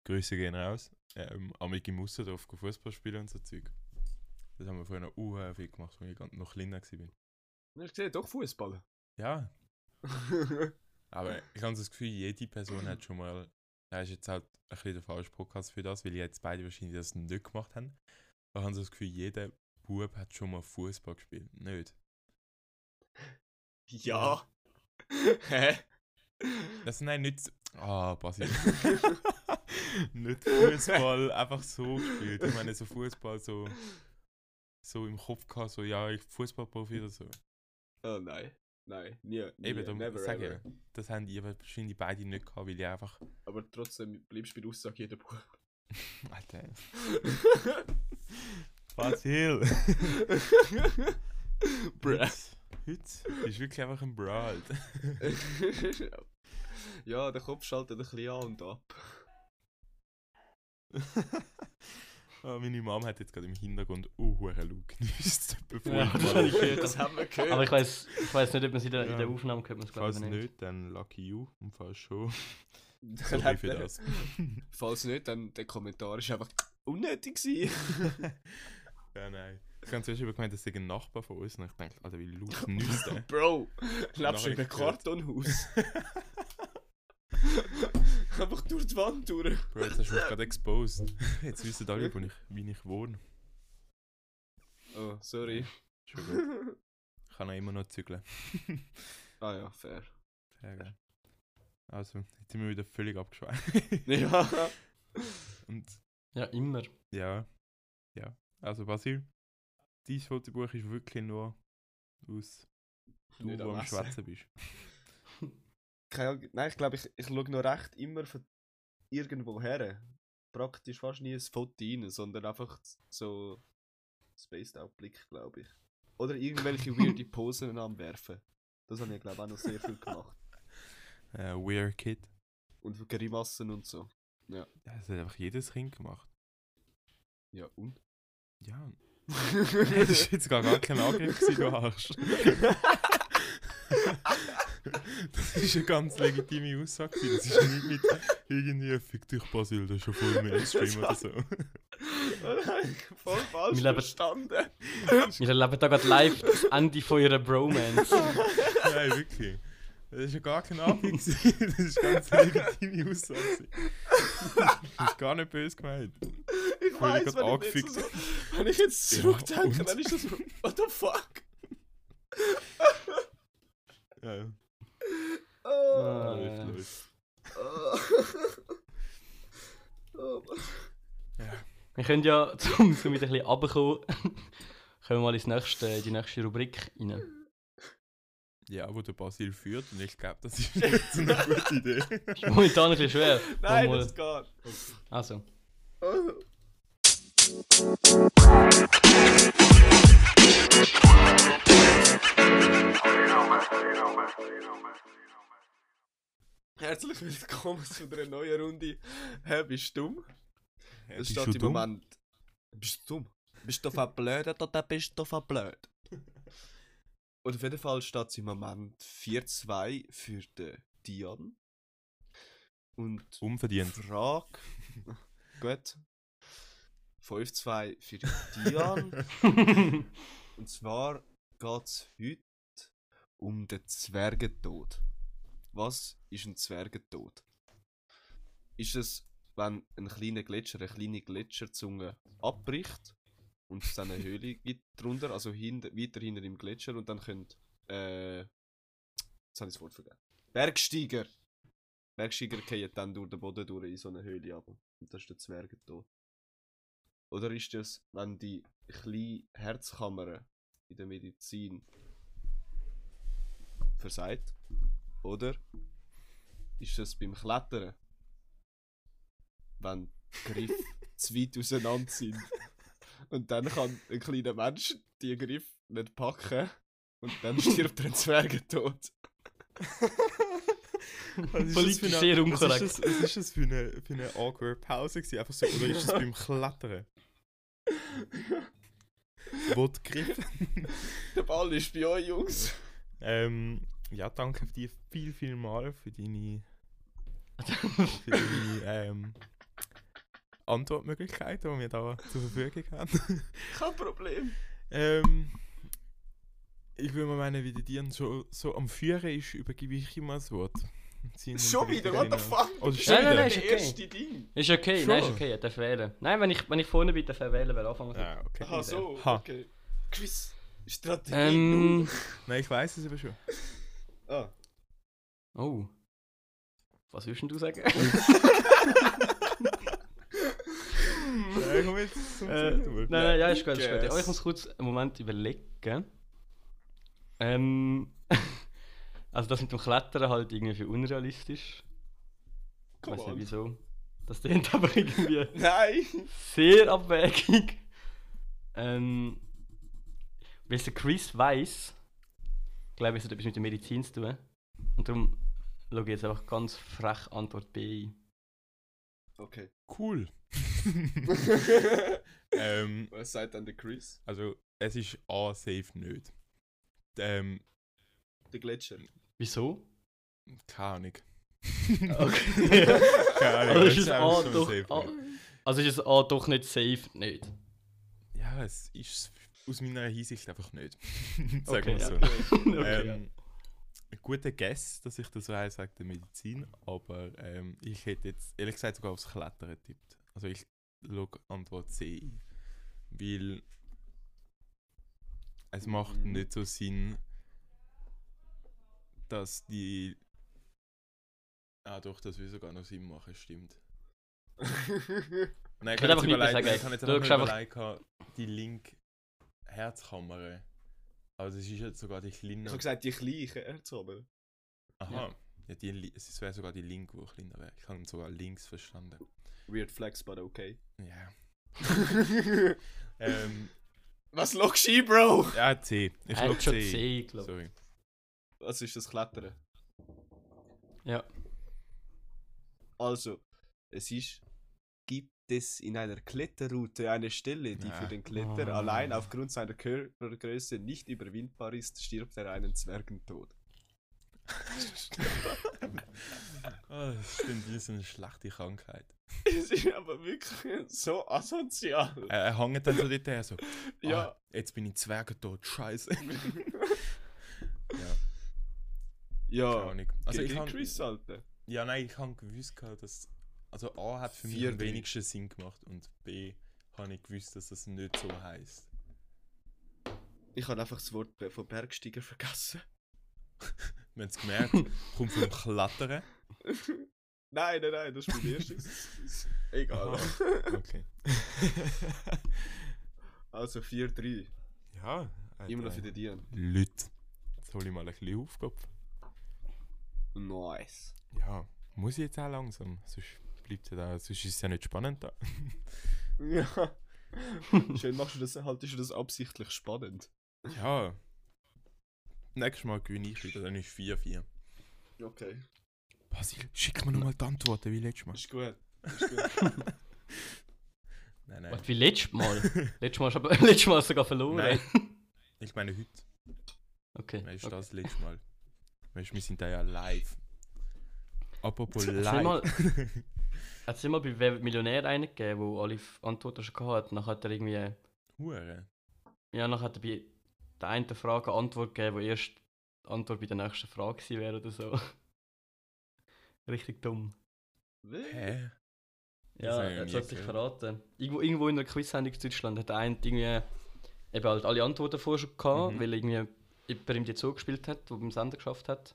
Grüße gehen raus, ähm, amig im Aussendorf Fußball spielen und so Zeug. Das haben wir vorher noch uh, viel gemacht, als ich ganz- noch kleiner war.
Ich sehe doch Fußball.
Ja, aber ich habe so das Gefühl, jede Person hat schon mal. Das ist jetzt halt ein bisschen der falsche Podcast für das, weil jetzt beide wahrscheinlich das nicht gemacht haben. Aber ich habe so das Gefühl, jeder Bub hat schon mal Fußball gespielt. Nicht?
Ja. Hä?
Das nein, nicht. Ah, passiert. nicht Fußball einfach so gespielt. Ich meine, so Fußball so. So im Kopf gehabt, so, ja, ich Fußballprofi oder so.
Oh nein. Nein, nie. nie
Eben, darum
never,
sage
ever.
ich, das haben die wahrscheinlich beide nicht gehabt, weil ich einfach.
Aber trotzdem bleibst du bei der Aussage jeder Buch.
Alter. Basil!
Bruh.
Heute ist wirklich einfach ein Bra, Alter.
ja, der Kopf schaltet ein bisschen an und ab.
Ah, meine Mom hat jetzt gerade im Hintergrund uh, einen Look genießt, bevor
Ja, das habe ich gehört.
Das haben wir
Aber
gehört.
ich weiß ich weiß nicht, ob man es in, der- in der
Ja.
Aufnahme hört, man es glaube
Falls
ich nicht.
nicht, dann lucky you. Und falls schon,
Dann
sorry
hat
für
er-
das.
Falls nicht, dann der Kommentar ist einfach unnötig gewesen.
ja, nein. Ich habe zuerst immer gemeint, das sei ein Nachbar von uns. Und ich dachte, Alter, wie laut nüsst der?
Bro,
Nachher
lebst du in einem
hab ich gehört.
Kartonhaus. Einfach durch die Wand durch.
Bro, jetzt hast du mich gerade exposed. Jetzt wissen alle, wo ich, wie ich wohne.
Oh, sorry.
Schon gut. Ich kann auch immer noch zügeln.
Ah ja, fair.
Sehr geil. Also, jetzt sind wir wieder völlig abgeschweift.
Ja.
Und
Ja, immer.
Ja. Ja. Also Basil, dein Fotobuch ist wirklich nur aus du,
Nicht
wo am
Essen.
Schwätzen bist.
Keine Ahnung. Nein, ich glaube, ich, ich schaue noch recht immer von irgendwo her. Praktisch fast nie ein Foto rein, sondern einfach so spaced out Blick, glaube ich. Oder irgendwelche weirde Posen am Werfen. Das habe ich, glaube ich, auch noch sehr viel gemacht.
Äh, Weird Kid.
Und Grimassen und so.
Ja, Das hat einfach jedes Kind gemacht.
Ja, und?
Ja. Hey, das ist jetzt gar, gar kein Angriff, gewesen, du Arsch. das ist eine ganz legitime Aussage. gewesen. Das ist nicht mit irgendwie «Fick dich, Basil, das ist schon voll Mainstream» oder so.
Voll falsch
Wir leben-
verstanden.
Wir erleben da gerade live das Ende von ihrer Bromance.
Nein, wirklich. Das ist ja gar kein Anfang. Das ist eine ganz legitime Aussage. gewesen. Das ist gar nicht böse gemeint.
Ich
Wurde
weiß,
grad
wenn, ich jetzt
angefickt.
so, wenn ich jetzt
Ja,
zurückdenke,
und?
dann ist das so, what the fuck?
Ja, ja.
Oh,
Ah,
läuft,
ja.
läuft.
oh. oh Mann.
Wir können ja, um so wieder ein bisschen runterzukommen, können wir mal ins nächste, in die nächste Rubrik rein.
Ja, wo der Basil führt und ich glaube, das ist jetzt eine gute Idee.
Ist Momentan ein bisschen schwer.
Nein,
Mal-
das geht.
also,
Oh. Herzlich willkommen zu einer neuen Runde. Hä, bist du dumm? Das steht im Moment. Bist du dumm? Bist du verblödet oder bist du verblödet? Und auf jeden Fall steht es im Moment 4-2 für den Dian. Und
Unverdient.
Frage. Gut. 5-2 für Dian. Und zwar geht es heute um den Zwergentod. Was ist ein Zwergentod? Ist es, wenn ein kleiner Gletscher, eine kleine Gletscherzunge abbricht und es dann eine Höhle gibt drunter, also hinter, weiter hinter im Gletscher und dann könnt. Äh, jetzt habe ich das Wort vergessen. Bergsteiger! Bergsteiger fallen dann durch den Boden durch in so eine Höhle ab. Und das ist der Zwergentod. Oder ist das, wenn die kleine Herzkammer in der Medizin versagt? Oder ist das beim Klettern, wenn die Griffe zu weit auseinander sind? Und dann kann ein kleiner Mensch die Griff nicht packen und dann stirbt er ein Zwergentod.
Politisch sehr unkorrekt.
Was ist das, was ist das für, eine, für eine awkward Pause gewesen? Einfach so, oder ist das beim Klettern? Wortgriff.
Der Ball ist bei euch, Jungs.
Ähm, ja, danke dir viel, viel mal für deine, für deine ähm, Antwortmöglichkeiten, die wir da zur Verfügung haben.
Kein Problem.
Ähm, ich würde mal meinen, wie die Dian so, so am Führen ist, übergebe ich immer das Wort. Sie nimmt
Schon
direkt
wieder? What the
rein.
fuck?
Oder Oh, schon
Nein, nein,
wieder?
nein,
Der
okay.
erste Ding.
ist okay, nein, ist
Schon.
okay, er darf wählen. Nein, wenn ich, wenn ich vorne bin, darf er wählen, weil anfangen soll.
Ah, okay.
Aha, so.
Ha.
Okay. Quiz. Strategie.
Ähm,
Nein, ich weiß es aber schon.
Ah.
oh. Was willst denn du sagen?
Nein, komm jetzt zum
Äh,
zweiten
nein, nein, ja, ist gut, ist gut. Ja,
Guess.
ich muss kurz einen Moment überlegen. Ähm. also, das mit dem Klettern halt irgendwie für unrealistisch. Ich
Come
weiß nicht
on.
wieso. Das klingt aber irgendwie
Nein.
sehr abwägig. Ähm. Weil der Chris weiß, glaube ich, es hat etwas mit der Medizin zu tun. Und darum schaue ich jetzt einfach ganz frech Antwort B ein.
Okay.
Cool. ähm,
Was sagt dann der Chris?
also, es ist A, safe nicht. Ähm,
Der Gletscher.
Wieso?
keine Ahnung.
Okay.
keine Ahnung.
Also
das
ist Also, es
einfach
A
so
doch.
safe
A,
nicht.
Also ist es A doch nicht safe, nicht. Ah.
Ja, es ist aus meiner Hinsicht einfach nicht. Sagen
Okay,
wir
ja.
so.
okay.
ähm, ein guter Guess, dass ich das weiß wegen der Medizin, aber ähm, ich hätte jetzt ehrlich gesagt sogar aufs Klettern getippt. Also ich log Antwort C ein. Weil es macht
Mhm.
nicht so Sinn, dass die. Ah, doch, das würde sogar noch Sinn machen, stimmt. Nein, ich
Ich
habe jetzt
will einfach
überlegt,
nichts mehr
ich habe
sagen.
jetzt
Du
einfach
schaust
nur
einfach-
überlegt, gehabt, die linke Herzkammer. Aber das ist jetzt sogar die
Ich
kleine.
habe gesagt, die kleinen Erzhammer.
Aha. Ja. die, li- es wäre sogar die linke, die kleiner wäre. Ich habe ihn sogar links verstanden.
Weird flex, but okay.
Ja. ähm,
Was lockst du ein, Bro?
ja, C. Ich
Ich habe
glaube
schon
C.
C, glaube
Sorry.
Was ist das Klettern?
Ja.
Also, es ist. Gibt es in einer Kletterroute eine Stelle, die für
Ah.
den Kletterer
Ah.
allein aufgrund seiner Körpergröße nicht überwindbar ist, stirbt er einen Zwergentod.
oh, das stimmt, das ist eine schlechte Krankheit.
Es ist aber wirklich so asozial.
Äh, Er, er hängt dann so dort her, so.
Ja.
Ah, jetzt bin ich Zwergentot, scheiße.
Oh.
Ja,
Keine Ahnung. Also ich
gegen
habe
Chris, Alter.
Ja, nein, ich habe gewusst, gehabt, dass. Also A hat für mich
Vier,
am
drei.
wenigsten Sinn gemacht und B habe ich gewusst, dass das nicht so heißt.
Ich habe einfach das Wort von Bergsteiger vergessen.
Wir haben es gemerkt, kommt vom Klettern.
Nein, nein, nein, das ist mein erstes. Egal.
Okay.
Also 4-3.
Ja,
Immer noch für den Dian.
Leute. Jetzt hole ich mal ein bisschen Aufgabe.
Nice.
Ja, muss ich jetzt auch langsam. Sonst bleibt ja da, sonst ist es ja nicht spannend da.
Ja. Schön machst du das, haltest du das absichtlich spannend.
Ja. Nächstes Mal gewinne ich wieder, dann ist 4-4.
Okay.
Basil, schick mir nochmal die Antworten wie letztes Mal.
Ist gut. Ist gut.
Nein,
ich.
nein.
Wie letztes Mal? letztes Mal hast du aber- letztes Mal hast du sogar verloren.
Nein. Ich meine heute.
Okay.
Weißt du,
okay.
das letzte Mal. Weißt du, wir sind da ja live. Apropos
Erzähl
live.
mal. Hat es immer bei Wer wird Millionär einen gegeben, wo alle F- Antworten schon gehabt hat? Dann hat er irgendwie.
Hure.
Ja, dann hat er bei der einen Frage eine Antwort gegeben, die erst die Antwort bei der nächsten Frage gewesen wäre oder so. Richtig dumm.
Hä? Das
Ja,
habe ich noch
er
nie
hat sich
gesehen.
verraten. Irgendwo, irgendwo in einer Quiz-Sendung in Deutschland hat einer irgendwie eben halt alle Antworten vorher schon gehabt,
Mhm.
weil irgendwie jemand ihm die zugespielt hat, der beim Sender geschafft hat.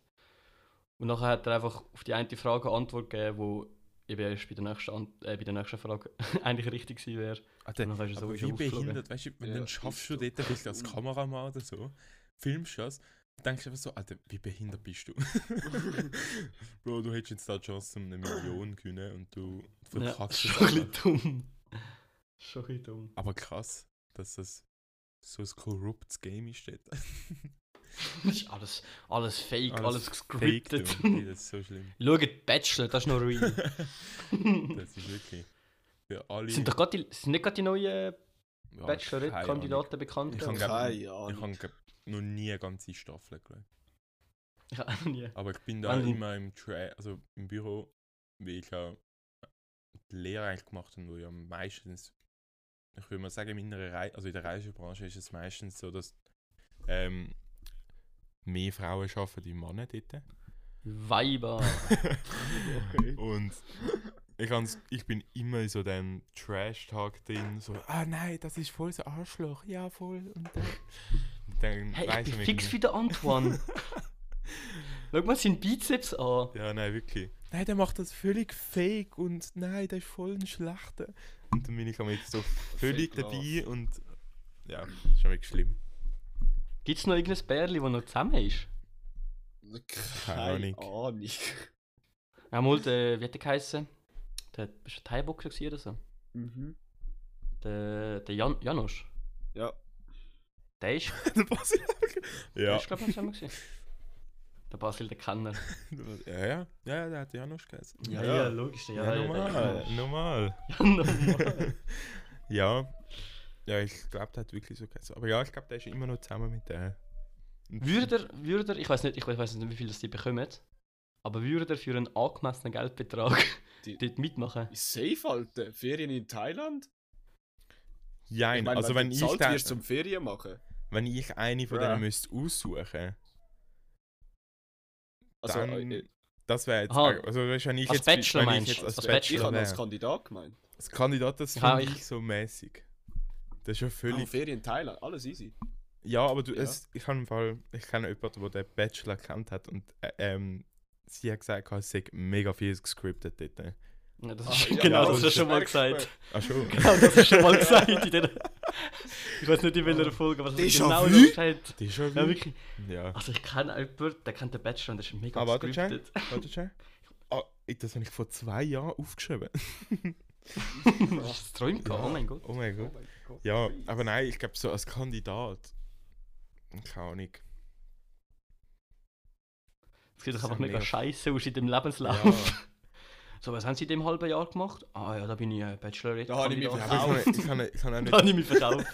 Und nachher hat er einfach auf die eine Frage eine Antwort gegeben, wo eben erst bei der nächsten, Ant äh, bei der nächsten Frage eigentlich richtig gewesen wäre.
Alter,
Ah, Dann weisst du
aber
sowieso
wie
aufgeflogen.
behindert, weißt du, wenn
Ja,
dann schaffst du
ist so.
dort vielleicht als Kameramann oder so, filmst du das, denkst du einfach so, Alter, wie behindert bist du? Bro, du hättest jetzt da die Chance, um eine Million zu gewinnen und du
Ja,
verkackst
schon
es
ein
einfach.
bisschen dumm. Schon ein bisschen dumm.
Aber krass, dass das so ein korruptes Game ist dort.
Das ist alles, alles fake, alles,
fake, du.
gescriptet.
Ey, Das ist so schlimm.
Schaut Bachelor, das ist noch real.
Das ist wirklich für alle...
sind doch gerade die, sind nicht gerade die neuen
Ja, keine
Bachelorette-Kandidaten bekannt?
Ich kann
geworden?
Keine
Ahnung. Ich
Ahnung.
habe glaub, noch nie eine ganze Staffel geschaut.
Ich habe nie.
Aber ich bin da
Wenn du-
immer im Tra also im Büro, weil ich ja die Lehre eigentlich gemacht habe, wo ja meistens, ich würde mal sagen, in, meiner Rei also in der Reisebranche ist es meistens so, dass ähm, mehr Frauen arbeiten die Männer dort.
Weiber.
Und ich, ganz, ich bin immer in so dem Trash-Talk drin, so, ah nein, das ist voll so Arschloch, ja voll. Und dann, dann
Hey,
weiss
ich bin
man
fix
irgendwie-
wie der Antoine. Schau mal seinen Bizeps an.
Ja, nein, wirklich. Nein, der macht das völlig fake und nein, der ist voll ein Schlechter. Und dann bin ich am jetzt so völlig
Fake
dabei und ja, ist schon wirklich schlimm.
Gibt es noch irgendein Bärli, das noch zusammen ist?
Keine
Ahnung.
Ahnung.
Einmal, der, wie hat der geheissen? Der war ein Thai-Boxer gewesen oder so.
Mhm.
Der, der Jan, Janosch.
Ja.
Der ist,
Der Basil.
der
ja.
ist glaube ich, noch zusammen gewesen. Der Basil, der Kenner.
ja, ja, ja, der hat ja noch gegessen.
Ja, ja,
logisch.
Ja, normal, normal.
Ja, normal.
Ja. Ja, ich glaube, der hat wirklich so gegessen. Aber ja, ich glaube, der ist immer noch zusammen mit äh, der.
Würde er, würde er, ich weiß nicht, ich weiß nicht, wie viel das die bekommen, aber würde er für einen angemessenen Geldbetrag
Die-
dort mitmachen.
Ist safe, Alter. Ferien in Thailand?
Jein,
meine,
also wenn
du
ich,
bezahlt
da,
wirst zum Ferien machen.
wenn ich eine von
Bruh.
denen müsste aussuchen,
Also,
dann,
äh, also,
das wäre jetzt,
Aha.
also weißt, du, wenn ich
Als
jetzt, wenn
Bachelor
ich
meinst du?
jetzt als
Als
ich
Bachelor
habe
wäre,
als Kandidat gemeint.
als Kandidat, das
Ja,
finde
ich-
ich so mäßig. Das ist ja
Oh,
völlig,
Ferien in Thailand, alles easy.
ja, aber du,
Ja.
Es, ich habe im Fall, ich kenne jemanden, der den Bachelor kennt hat und äh, ähm, sie hat gesagt, es sei mega viel gescriptet dort.
Ja, das
Ah,
ist,
ja,
genau,
ja,
das hast
das
du
ist
schon mal
Expert.
gesagt.
Ach schon.
Genau, das hast du schon mal gesagt in dieser... Ich weiß nicht in welcher Folge, aber das hast du
Déjà
genau
vu?
so gesagt.
Die ist schon
Ja, wirklich.
Ja.
Also ich kenne jemanden, der kennt den Bachelor und der ist mega
Ah,
ah,
warte, Jay.
gescriptet.
Warte schon. Ah, ich- das habe ich vor zwei Jahren aufgeschrieben.
Hast du träumt gehabt? Oh mein Gott.
Oh mein Gott. Ja, aber nein, ich glaube so als Kandidat. Keine Ahnung.
Es sieht doch
Das ist
einfach
ja
mega
mega-
scheiße aus in dem Lebenslauf.
Ja.
So, was haben sie in dem halben Jahr gemacht? Ah ja, da bin ich äh, Bachelorette.
Da habe ich mich
Kandidat.
verkauft.
Aber ich kann, ich kann, ich kann auch
Da
nicht.
habe ich mich verkauft.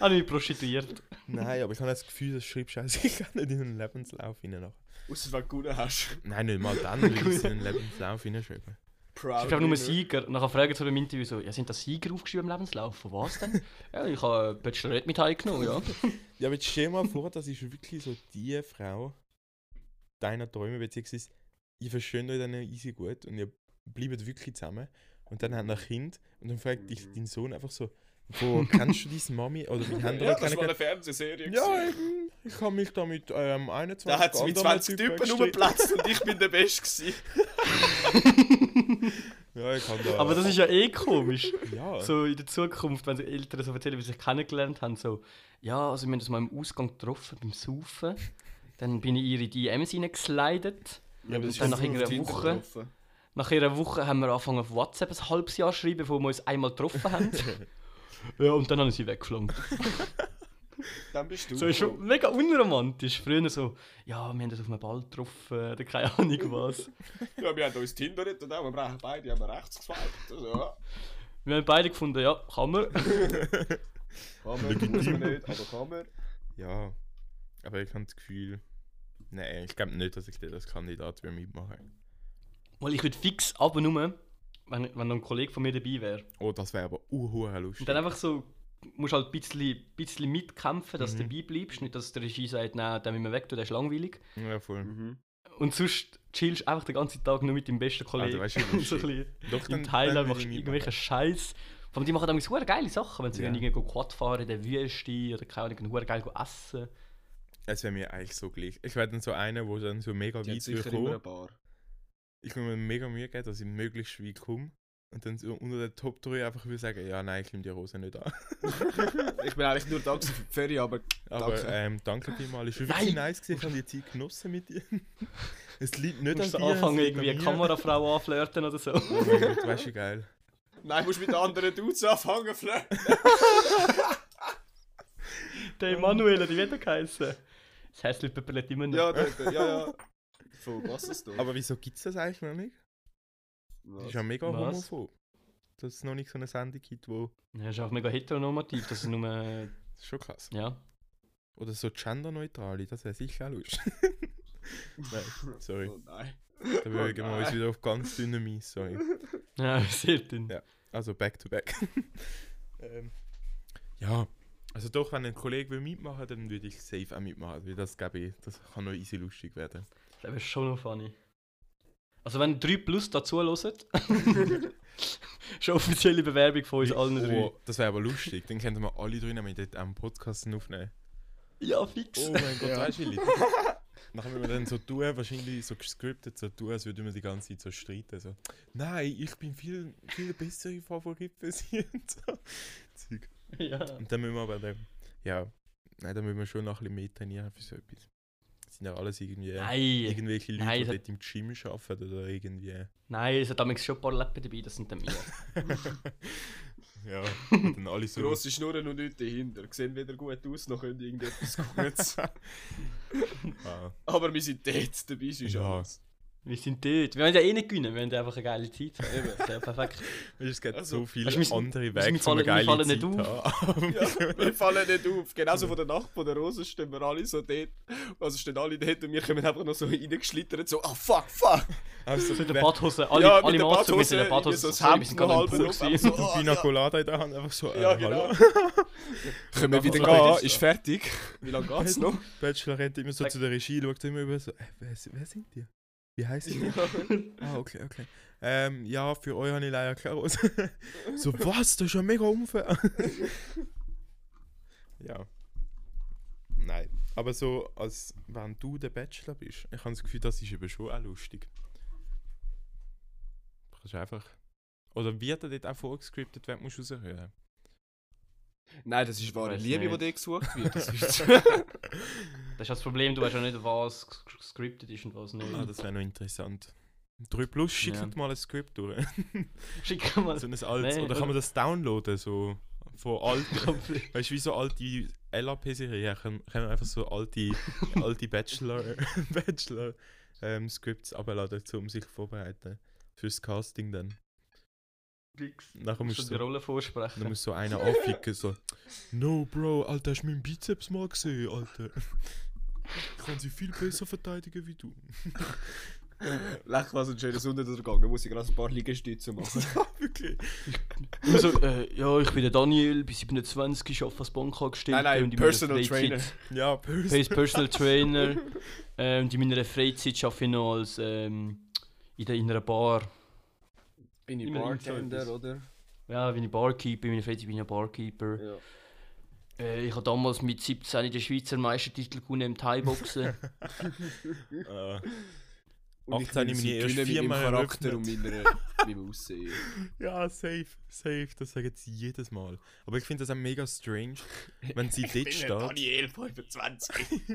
habe ich mich prostituiert.
Nein, aber ich habe das Gefühl, das schreibst du eigentlich gar nicht in einen Lebenslauf hinein. nach.
Außer wenn du gewonnen hast.
Nein, nicht mal dann, weil ich es in einen Lebenslauf hineinschreiben.
Proud
Ich glaube nur
winner.
Sieger. Und dann fragen sie im Interview so, ja, sind das Sieger aufgeschrieben im Lebenslauf? Von was denn? ja, ich habe äh, Bachelorette mit heimgenommen, ja.
Ja, aber jetzt stell dir mal vor, das ist wirklich so die Frau deiner Träume, beziehungsweise ihr versteht euch dann easy gut und ihr bleibt wirklich zusammen und dann habt ihr ein Kind und dann fragt
Mhm.
dich dein Sohn einfach so, wo kennst du deine Mami oder wie haben die
Ja,
euch
das war eine
kennengelernt?
Fernsehserie.
Ja,
gewesen.
eben. Ich habe mich da mit ähm, 21
da hat es mit
anderen
20 Typen
gestritten.
rumgeplatzt und ich bin der Beste gewesen.
Ja, ich kann da.
Aber das ist ja eh komisch.
Ja.
So in der Zukunft, wenn so Eltern so erzählen, wie sie sich kennengelernt haben, so, ja, also wir haben uns mal im Ausgang getroffen, beim Saufen. Dann bin ich in ihre DMs reingeslidet.
ja, aber das
Und
ist
dann
ja
nach irgendeiner
Tinder
Woche.
getroffen.
Nach einer Woche haben wir angefangen auf WhatsApp ein halbes Jahr zu schreiben, bevor wir uns einmal getroffen haben. ja, und dann haben sie weggeflogen.
Dann bist du.
So ist schon
gekommen.
mega unromantisch. Früher so, ja, wir haben uns auf einem Ball getroffen oder keine Ahnung was.
Ja, wir haben uns Tinder nicht und auch, wir brauchen beide, haben wir rechts gefeiert. Also, ja.
Wir haben beide gefunden, ja, kann man.
Kann man, muss man nicht, aber kann man.
ja. Aber ich habe das Gefühl. Nein, ich glaube nicht, dass ich dort als Kandidat will mitmachen
Weil ich würde fix aber nur, wenn, wenn noch ein Kollege von mir dabei wäre.
Oh, das wäre aber uhuere lustig.
Und dann einfach so, musst halt ein bisschen, bisschen mitkämpfen, dass
Mhm.
du dabei bleibst. Nicht, dass der Regie sagt, nein, den müssen wir weg, der ist langweilig.
Ja, voll.
Und sonst chillst du einfach den ganzen Tag nur mit deinem besten Kollegen.
weißt Ah, du, wie
so ein
lustig.
bisschen.
Doch,
In
dann-
Thailand
dann
machst du
würde ich
irgendwelchen Scheiß. Vor allem, die machen dann super geile Sachen, wenn sie
Ja.
dann irgendwo Quad fahren in der Wüste oder keine Ahnung, super geil essen.
Es wäre mir eigentlich so gleich. Ich wäre dann so einer, wo dann so mega
Die haben
weit will
sicher immer eine
kommen.
Bar.
Ich würde mir mega Mühe geben, dass ich möglichst weit komme. Und dann so unter der Top 3 einfach würde sagen, ja, nein, ich nehme die Rose nicht an.
Ich bin eigentlich nur dankbar für die Ferien, aber
Aber
Danke.
danke, ähm, danke vielmals. Es war
Nein!
wirklich nice. Gewesen. Ich habe die Zeit genossen mit dir. Es liegt
Du
nicht
musst
an dir.
anfangen,
es liegt an
irgendwie eine
mir.
Kamerafrau anflirten oder so.
Oh mein Gott, weißt du, geil.
nein, musst mit anderen Dudes anfangen flirten.
der Emanuel, die wird er geheissen. Das heißt, Leute blättert immer noch.
Ja, dort, ja, ja. Von was ist das?
Aber wieso gibt es das eigentlich noch nicht? Das ist ja mega
Was?
homophob. Dass es noch nicht so eine Sendung gibt, wo.
Das ist auch mega heteronormativ, das ist nur. äh,
Das ist schon krass.
Ja.
Oder so genderneutrale, das wäre sicher auch lustig. Nein, sorry.
Oh nein.
Da bewegen wir uns
nein.
wieder auf ganz dünnem Eis, sorry.
Ja, sehr dünn.
Ja. Also back to back. ähm, ja, also doch, wenn ein Kollege will mitmachen dann würde ich safe auch mitmachen. Weil das, glaube ich, das kann noch easy lustig werden.
Das ist schon noch funny. Also, wenn 3 Plus dazu hört, schon offizielle Bewerbung von uns allen drei.
Oh, das wäre aber lustig. Dann könnten wir alle drei nämlich dort am Podcast aufnehmen.
Ja, fix.
Oh mein Gott, weißt du, Philipp? Nachher müssen wir dann so tun, wahrscheinlich so gescriptet, so tun, als würden wir die ganze Zeit so streiten. So. Nein, ich bin viel, viel bessere Favorit für sie und so. Zeug.
Ja.
Und dann müssen wir aber dann, ja, nein, dann müssen wir schon noch ein bisschen mehr trainieren für so etwas. Das sind ja alles irgendwie
Nein,
irgendwelche Leute,
Nein,
die
das-
dort im Gym arbeiten oder irgendwie.
nein, es hat damals schon ein paar Leppen dabei, das sind dann wir.
ja, und dann alle so.
Grosse Schnurren und nichts dahinter. Sehen weder gut aus, noch können irgendetwas Gutes.
Ah,
Aber wir sind dort, dabei ist
Ja.
alles.
Wir sind dort. Wir wollen ja eh nicht gewinnen, wir wollen einfach eine geile Zeit haben.
Eben.
Das ist ja perfekt.
Weil Es gibt
Also,
so viele
weißt du, wir sind-
andere
wir
Wege,
sind-
um eine
wir
geile
fallen
Zeit
nicht
zu haben.
Wir fallen nicht auf. Genauso von der Nacht von der Rose stehen wir alle so dort. Also stehen alle dort und wir kommen einfach noch so reingeschlittert, so, ah fuck, fuck.
Also,
So in der
wer-
Badhose, alle,
ja,
alle
mit der
Maße mit
Badhose,
der Badhose.
so das
Sorry, wir
Hemd
sind
noch
gar nicht
halb
im Pool
auf.
gewesen.
so,
Du
ah,
Pina
ja.
Colada in der Hand, einfach so. Äh,
Ja, genau.
hallo.
Können wir wieder
Also,
gehen? Ist fertig. Wie lange geht's noch?
Bachelorette immer so zu der Regie, schaut immer über so, äh, wer, s- wer sind die? Wie heißt die? ah, okay, okay. Ähm, ja, für euch habe ich leider keine Rose. so, was? Das ist ja mega unfair. ja. Nein. Aber so, als wenn du der Bachelor bist, ich habe das Gefühl, das ist eben schon auch lustig. Du kannst einfach. Oder wird er dort auch vorgescriptet, wenn du musst raushören?
Nein, das ist wahre
Weiß
Liebe, die
nicht.
dir gesucht wird. Das ist
Das ist das Problem, du weißt ja nicht, was ges- gescriptet ist und was nicht.
Ah, das wäre noch interessant. 3 Plus schickt
Ja.
mal ein Skript durch.
Schick mal
So ein altes.
Nee,
oder kann man das downloaden? So von alten.
komplett.
weißt du, wie so alte LAP-Serien? Können, können einfach so alte, alte Bachelor, Bachelor ähm, Scripts abladen, um sich vorbereiten. Fürs Casting dann. Nachher
Du
musst du
musst die
so,
Rolle
dann
vorsprechen.
musst so einer anficken, so. No, Bro, Alter, hast du meinen Bizeps mal gesehen, Alter? Ich kann sie viel besser verteidigen wie du.
Lech, was ein schöner Sonnenuntergang. Da muss ich gerade ein paar Liegestütze machen.
Wirklich?
Also, äh, ja, ich bin der Daniel, bin 27, ich arbeite als Bankangestellter.
nein, nein,
und in meiner
Personal
Freizeit-
Trainer.
Ja, böse.
Ich bin Personal Trainer. Ähm, und in meiner Freizeit arbeite ich noch als, ähm, in, der, in einer Bar.
Bin ich
Immer
Bartender,
irgendetwas.
oder?
Ja, bin ich Barkeeper, in meiner Freizeit bin ich ein Barkeeper.
Ja.
Äh, ich habe damals mit 17 den Schweizer Meistertitel gewonnen im Thai-Boxen.
Äh,
Und
18
will sie
meine
gewinnen mit
erst
meinem
viermal
Charakter und
eröffnet.
meiner, meinem Aussehen.
Ja, safe, safe, das sagen sie jedes Mal. Aber ich finde das auch mega strange, wenn sie dort steht.
Daniel 25.
Ich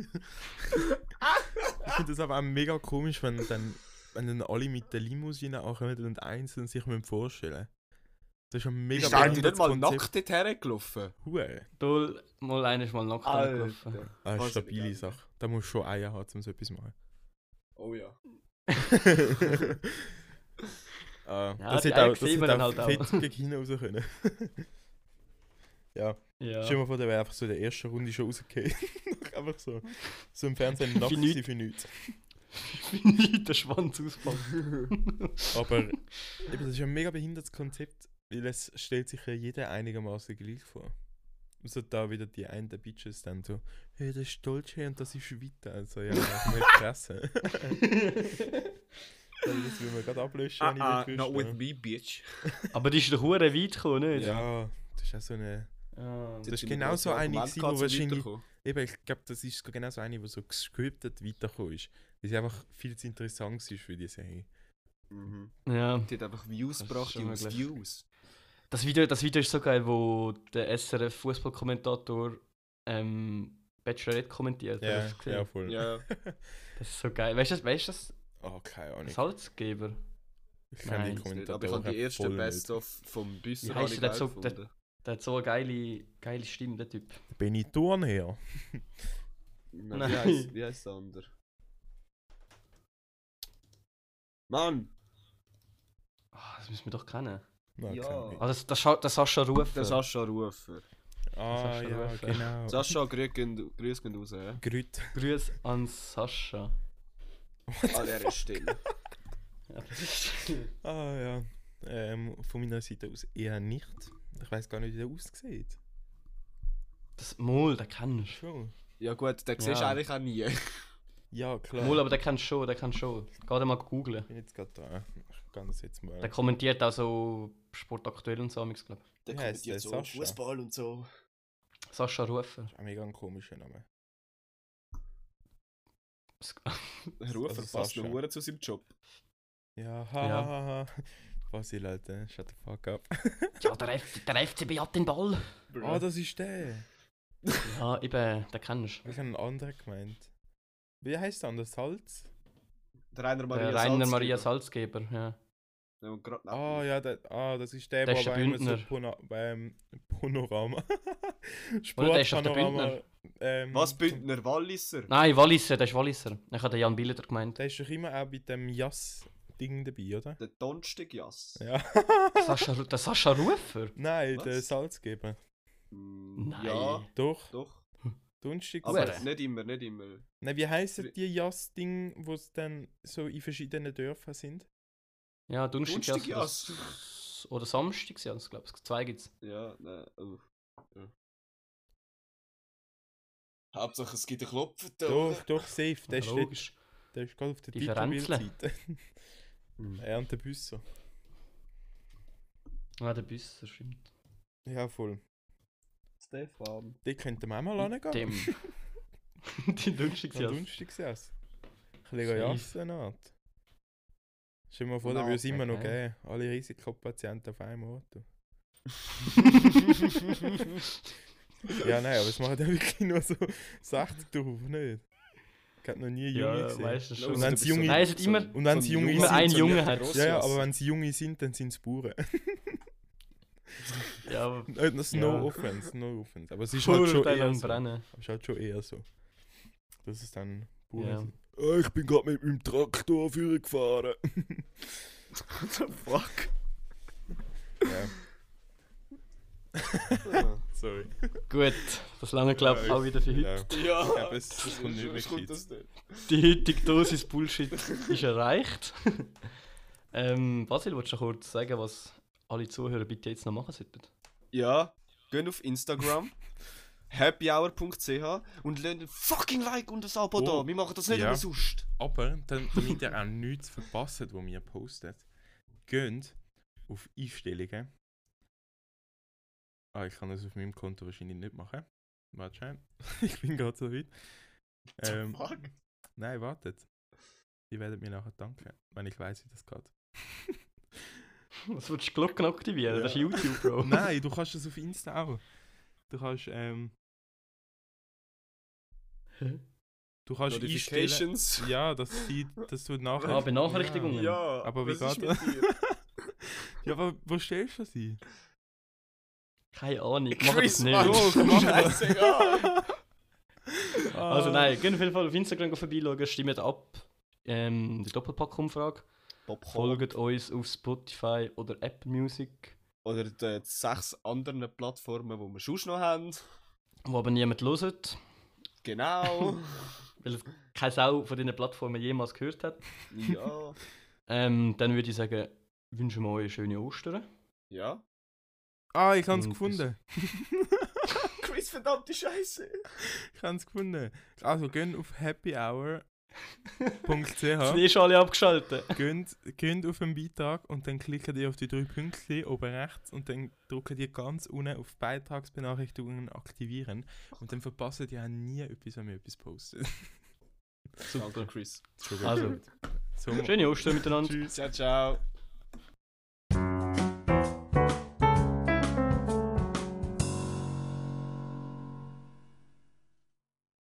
finde das aber auch mega komisch, wenn dann, wenn dann alle mit der Limousine ankommen und einzeln sich müssen vorstellen Das ist ein mega
Ist der nicht mal nackt dort hergelaufen?
Huere.
Du, mal eines mal nackt angelaufen.
Ah,
Weiß ich
stabile
nicht.
Sache. Da musst du schon Eier haben, um so etwas zu machen.
Oh ja.
Ah,
Ja,
das
die
hätte
Eier
auch, das
sieht man
hätte auch
dann halt auch.
fett gegen hinten raus können. ja.
Ja.
Stell dir mal vor, der wäre einfach so in der ersten Runde schon rausgekommen. einfach so, so im Fernsehen nackt
nichts.
gewesen für nichts.
Wie der Schwanz auspackt.
Aber eben, das ist ein mega behindertes Konzept, weil es stellt sich ja jeder einigermaßen gleich vor. Also da wieder die einen der Bitches dann so, hey, das ist Dolce und das ist Vita. Also ja, nicht krass. hä? Also, das will man gerade ablöschen. wenn ich
Ah, ah,
dort wüsste,
not with
ne?
me, bitch.
Aber die ist doch hure weit gekommen, nicht?
Ja, das ist auch so eine...
Ah.
Das ist genau so eine,
Argument
gewesen,
gehabt,
wo
um
wahrscheinlich-
weiterzukommen.
Eben, ich glaube, das ist genau so eine, die so gescriptet weitergekommen ist. Weil sie einfach viel zu interessant war für die Serie.
Mhm.
ja.
Die hat einfach Views
Das ist
gebracht,
schon
Jungs,
möglich.
Views.
Das Video, das Video ist so geil, wo der SRF Fußballkommentator ähm, Bachelorette kommentiert. Hast
Ja,
du das gesehen?
ja, voll.
Ja.
Das ist so geil. Weißt du, das- weißt du das?
Oh, keine Ahnung.
Salzgeber.
Ich kann
Nein.
die
Nicht, aber ich
Kommentatoren halt
habe die erste
voll nicht.
Best-of vom Büsser
Wie
habe
heisst
ich
der
geil
Zug? Der-
gefunden.
Der hat so eine geile, geile Stimme, der Typ.
Benny Thurnherr.
Nein.
Nein.
Wie heisst- Wie heißt der andere? Mann!
Ah, das müssen wir doch kennen.
Nein,
Ja.
keine Ahnung.
Ah, das, das, Scha- der Sascha Rufer.
Der Sascha Rufer.
Ah,
Sascha
ja,
Rufer.
genau.
Sascha, grüß gehen grüß gehen raus. Ja?
Grüt.
Grüß an Sascha.
An dieser Stelle.
Ja, das ist-
Ah, ja. Ähm, von meiner Seite aus eher nicht. Ich weiß gar nicht, wie der aussieht.
das Mol, den kennst
Schon.
Ja gut, den siehst du
Ja.
eigentlich auch nie.
Ja,
du.
klar.
Mol, aber der kennst du schon, der kennst du schon. Geh den mal googlen.
Ich bin jetzt gerade da. Ich kann das jetzt mal.
Der kommentiert auch so sportaktuell und so, glaube ich.
Wie heisst der Sascha?
und so.
Sascha Rufer.
Ein mega ein komischer Name.
Das-
Der Rufer
Also
passt
Sascha.
noch Huren zu seinem Job.
Ja, ha,
Ja.
ha, ha. Basil, Alter. Shut the fuck up.
Ja, der, F der FCB hat den Ball.
Ah, das ist der.
Ja, eben, den kennst du.
Ich habe einen anderen gemeint. Wie heißt der andere? Salz?
Der Rainer Maria
Der Rainer
Salzgeber.
Maria Salzgeber, ja.
Der wohnt gerade neben
Ah,
mir.
ja, der, ah, das ist der,
Der ist
aber
der
immer so
Bündner.
Pona, beim Panorama.
Oder der ist doch der
Sportpanorama
Bündner.
Ähm,
Was Bündner Walliser?
Nein, Walliser, das ist Walliser. Ich habe den Jan Bilder gemeint.
Der ist doch immer auch bei dem Jass-Ding dabei, oder?
Der Donstig Jass.
Ja.
Sascha, Ru- der Sascha Rufer?
Nein,
Was?
der Salzgeber.
Mm,
Nein.
Ja,
Doch,
doch.
Dunstig.
Aber
Wer?
nicht immer, nicht immer.
Nein, wie heissen die Jass-Ding, wo es dann so in verschiedenen Dörfern sind?
Ja, Dunstig
Dunstig
Jas. Oder Samstag Jas, glaube ich. Zwei gibt's.
Ja, nein. Oh. Ja. Hauptsache es gibt einen Klopfen da.
Doch, doch, safe.
Ja,
Der ist, dort-
logisch.
der ist gerade auf der
Die Verränzeln.
Titelbildseite. er und der Büsser.
Ah, der Büsser, stimmt.
Ja, voll.
Stefan.
Die könnten wir auch mal angehen.
Dem. Die Dunstig
Am
Jas.
Donnerstag saß. Ich lege
Safe.
Jassenart. Stell dir mal vor, da würde es immer noch geben. Alle Risikopatienten auf einem Ort. Ja, nein, aber es machen dann wirklich nur so 60 drauf, nicht? Ich habe noch nie Junge
Ja,
gesehen.
weißt du
Und
schon.
wenn's
bist
Junge-
ein-
Nein, es hat immer-
ein-
Und wenn's
so
Junge
immer
so
ein Junge
nicht
hat.
gross
ja, ja,
Jass.
aber wenn sie Junge sind, dann sind es Bauern.
Ja, aber
Äh, das ist no
Ja.
offense, no offense. Aber es ist halt schon
Vorurteile
eher
am
so. Aber
Brennen.
es ist halt schon eher so. Das ist dann Bauern.
Ja.
sind. «Ah, ich bin gerade mit meinem Traktor vorgefahren.
What the fuck?
ja,
Ah,
sorry.
Gut, das lange glaube ich auch wieder für heute.
Ja.
Ja,
genau. glaube, es- es kommt nicht mehr
kommt
weit.
das nicht.
Die heutige Dosis Bullshit ist erreicht. ähm, Basil, willst du noch kurz sagen, was alle Zuhörer bitte jetzt noch machen sollten?
Ja, gehen auf Instagram. happyhour.ch und lasst ein fucking Like und ein Abo
Oh,
da. Wir machen das nicht
ja.
immer sonst.
Aber dann, damit ihr auch nichts verpasst, was wir postet, geht auf Einstellungen. Ah, ich kann das auf meinem Konto wahrscheinlich nicht machen. Warte schnell. ich bin gerade so weit. Ähm,
Fuck.
nein, wartet. Ihr werdet mir nachher danken, wenn ich weiß, wie das geht.
Was willst du die Glocken aktivieren? Das ist
Ja.
YouTube, Bro.
nein, du kannst das auf Insta auch. Du kannst, ähm,
Hä?
du kannst einstellen.
Notifications.
Ja, dass sie, dass du nachher.
Ah, Benachrichtigungen.
Ja,
Aber wie
was ist
geht
mit dir?
Ja, aber wo stellst du sie?
Keine Ahnung, mach das
Chris,
nicht.
Mann,
Doch, mach das.
scheißegal.
Also nein, gehen auf jeden Fall auf Instagram vorbeischauen, stimmt ab. Ähm, die Doppelpack-Umfrage. Folgt uns auf Spotify oder Apple Music,
Oder die sechs anderen Plattformen, die wir sonst noch haben.
wo aber niemand hört,
Genau.
weil es keine Sau von diesen Plattformen jemals gehört hat.
ja.
Ähm, dann würde ich sagen, wünschen wir euch schöne Ostern.
Ja.
Ah, ich hab's
Und das-
gefunden.
Chris, verdammte Scheiße.
Ich hab's gefunden. Also, gehen auf happyhour.ch,
Jetzt ist alle abgeschaltet.
geht, geht auf den Beitrag und dann klickt ihr auf die drei Pünktchen oben rechts und dann drückt ihr ganz unten auf Beitragsbenachrichtigungen aktivieren und dann verpasst ihr auch nie etwas, wenn wir etwas posten.
Super. Danke, Chris.
Also,
Zum
schöne Ostern miteinander.
Ciao, ciao.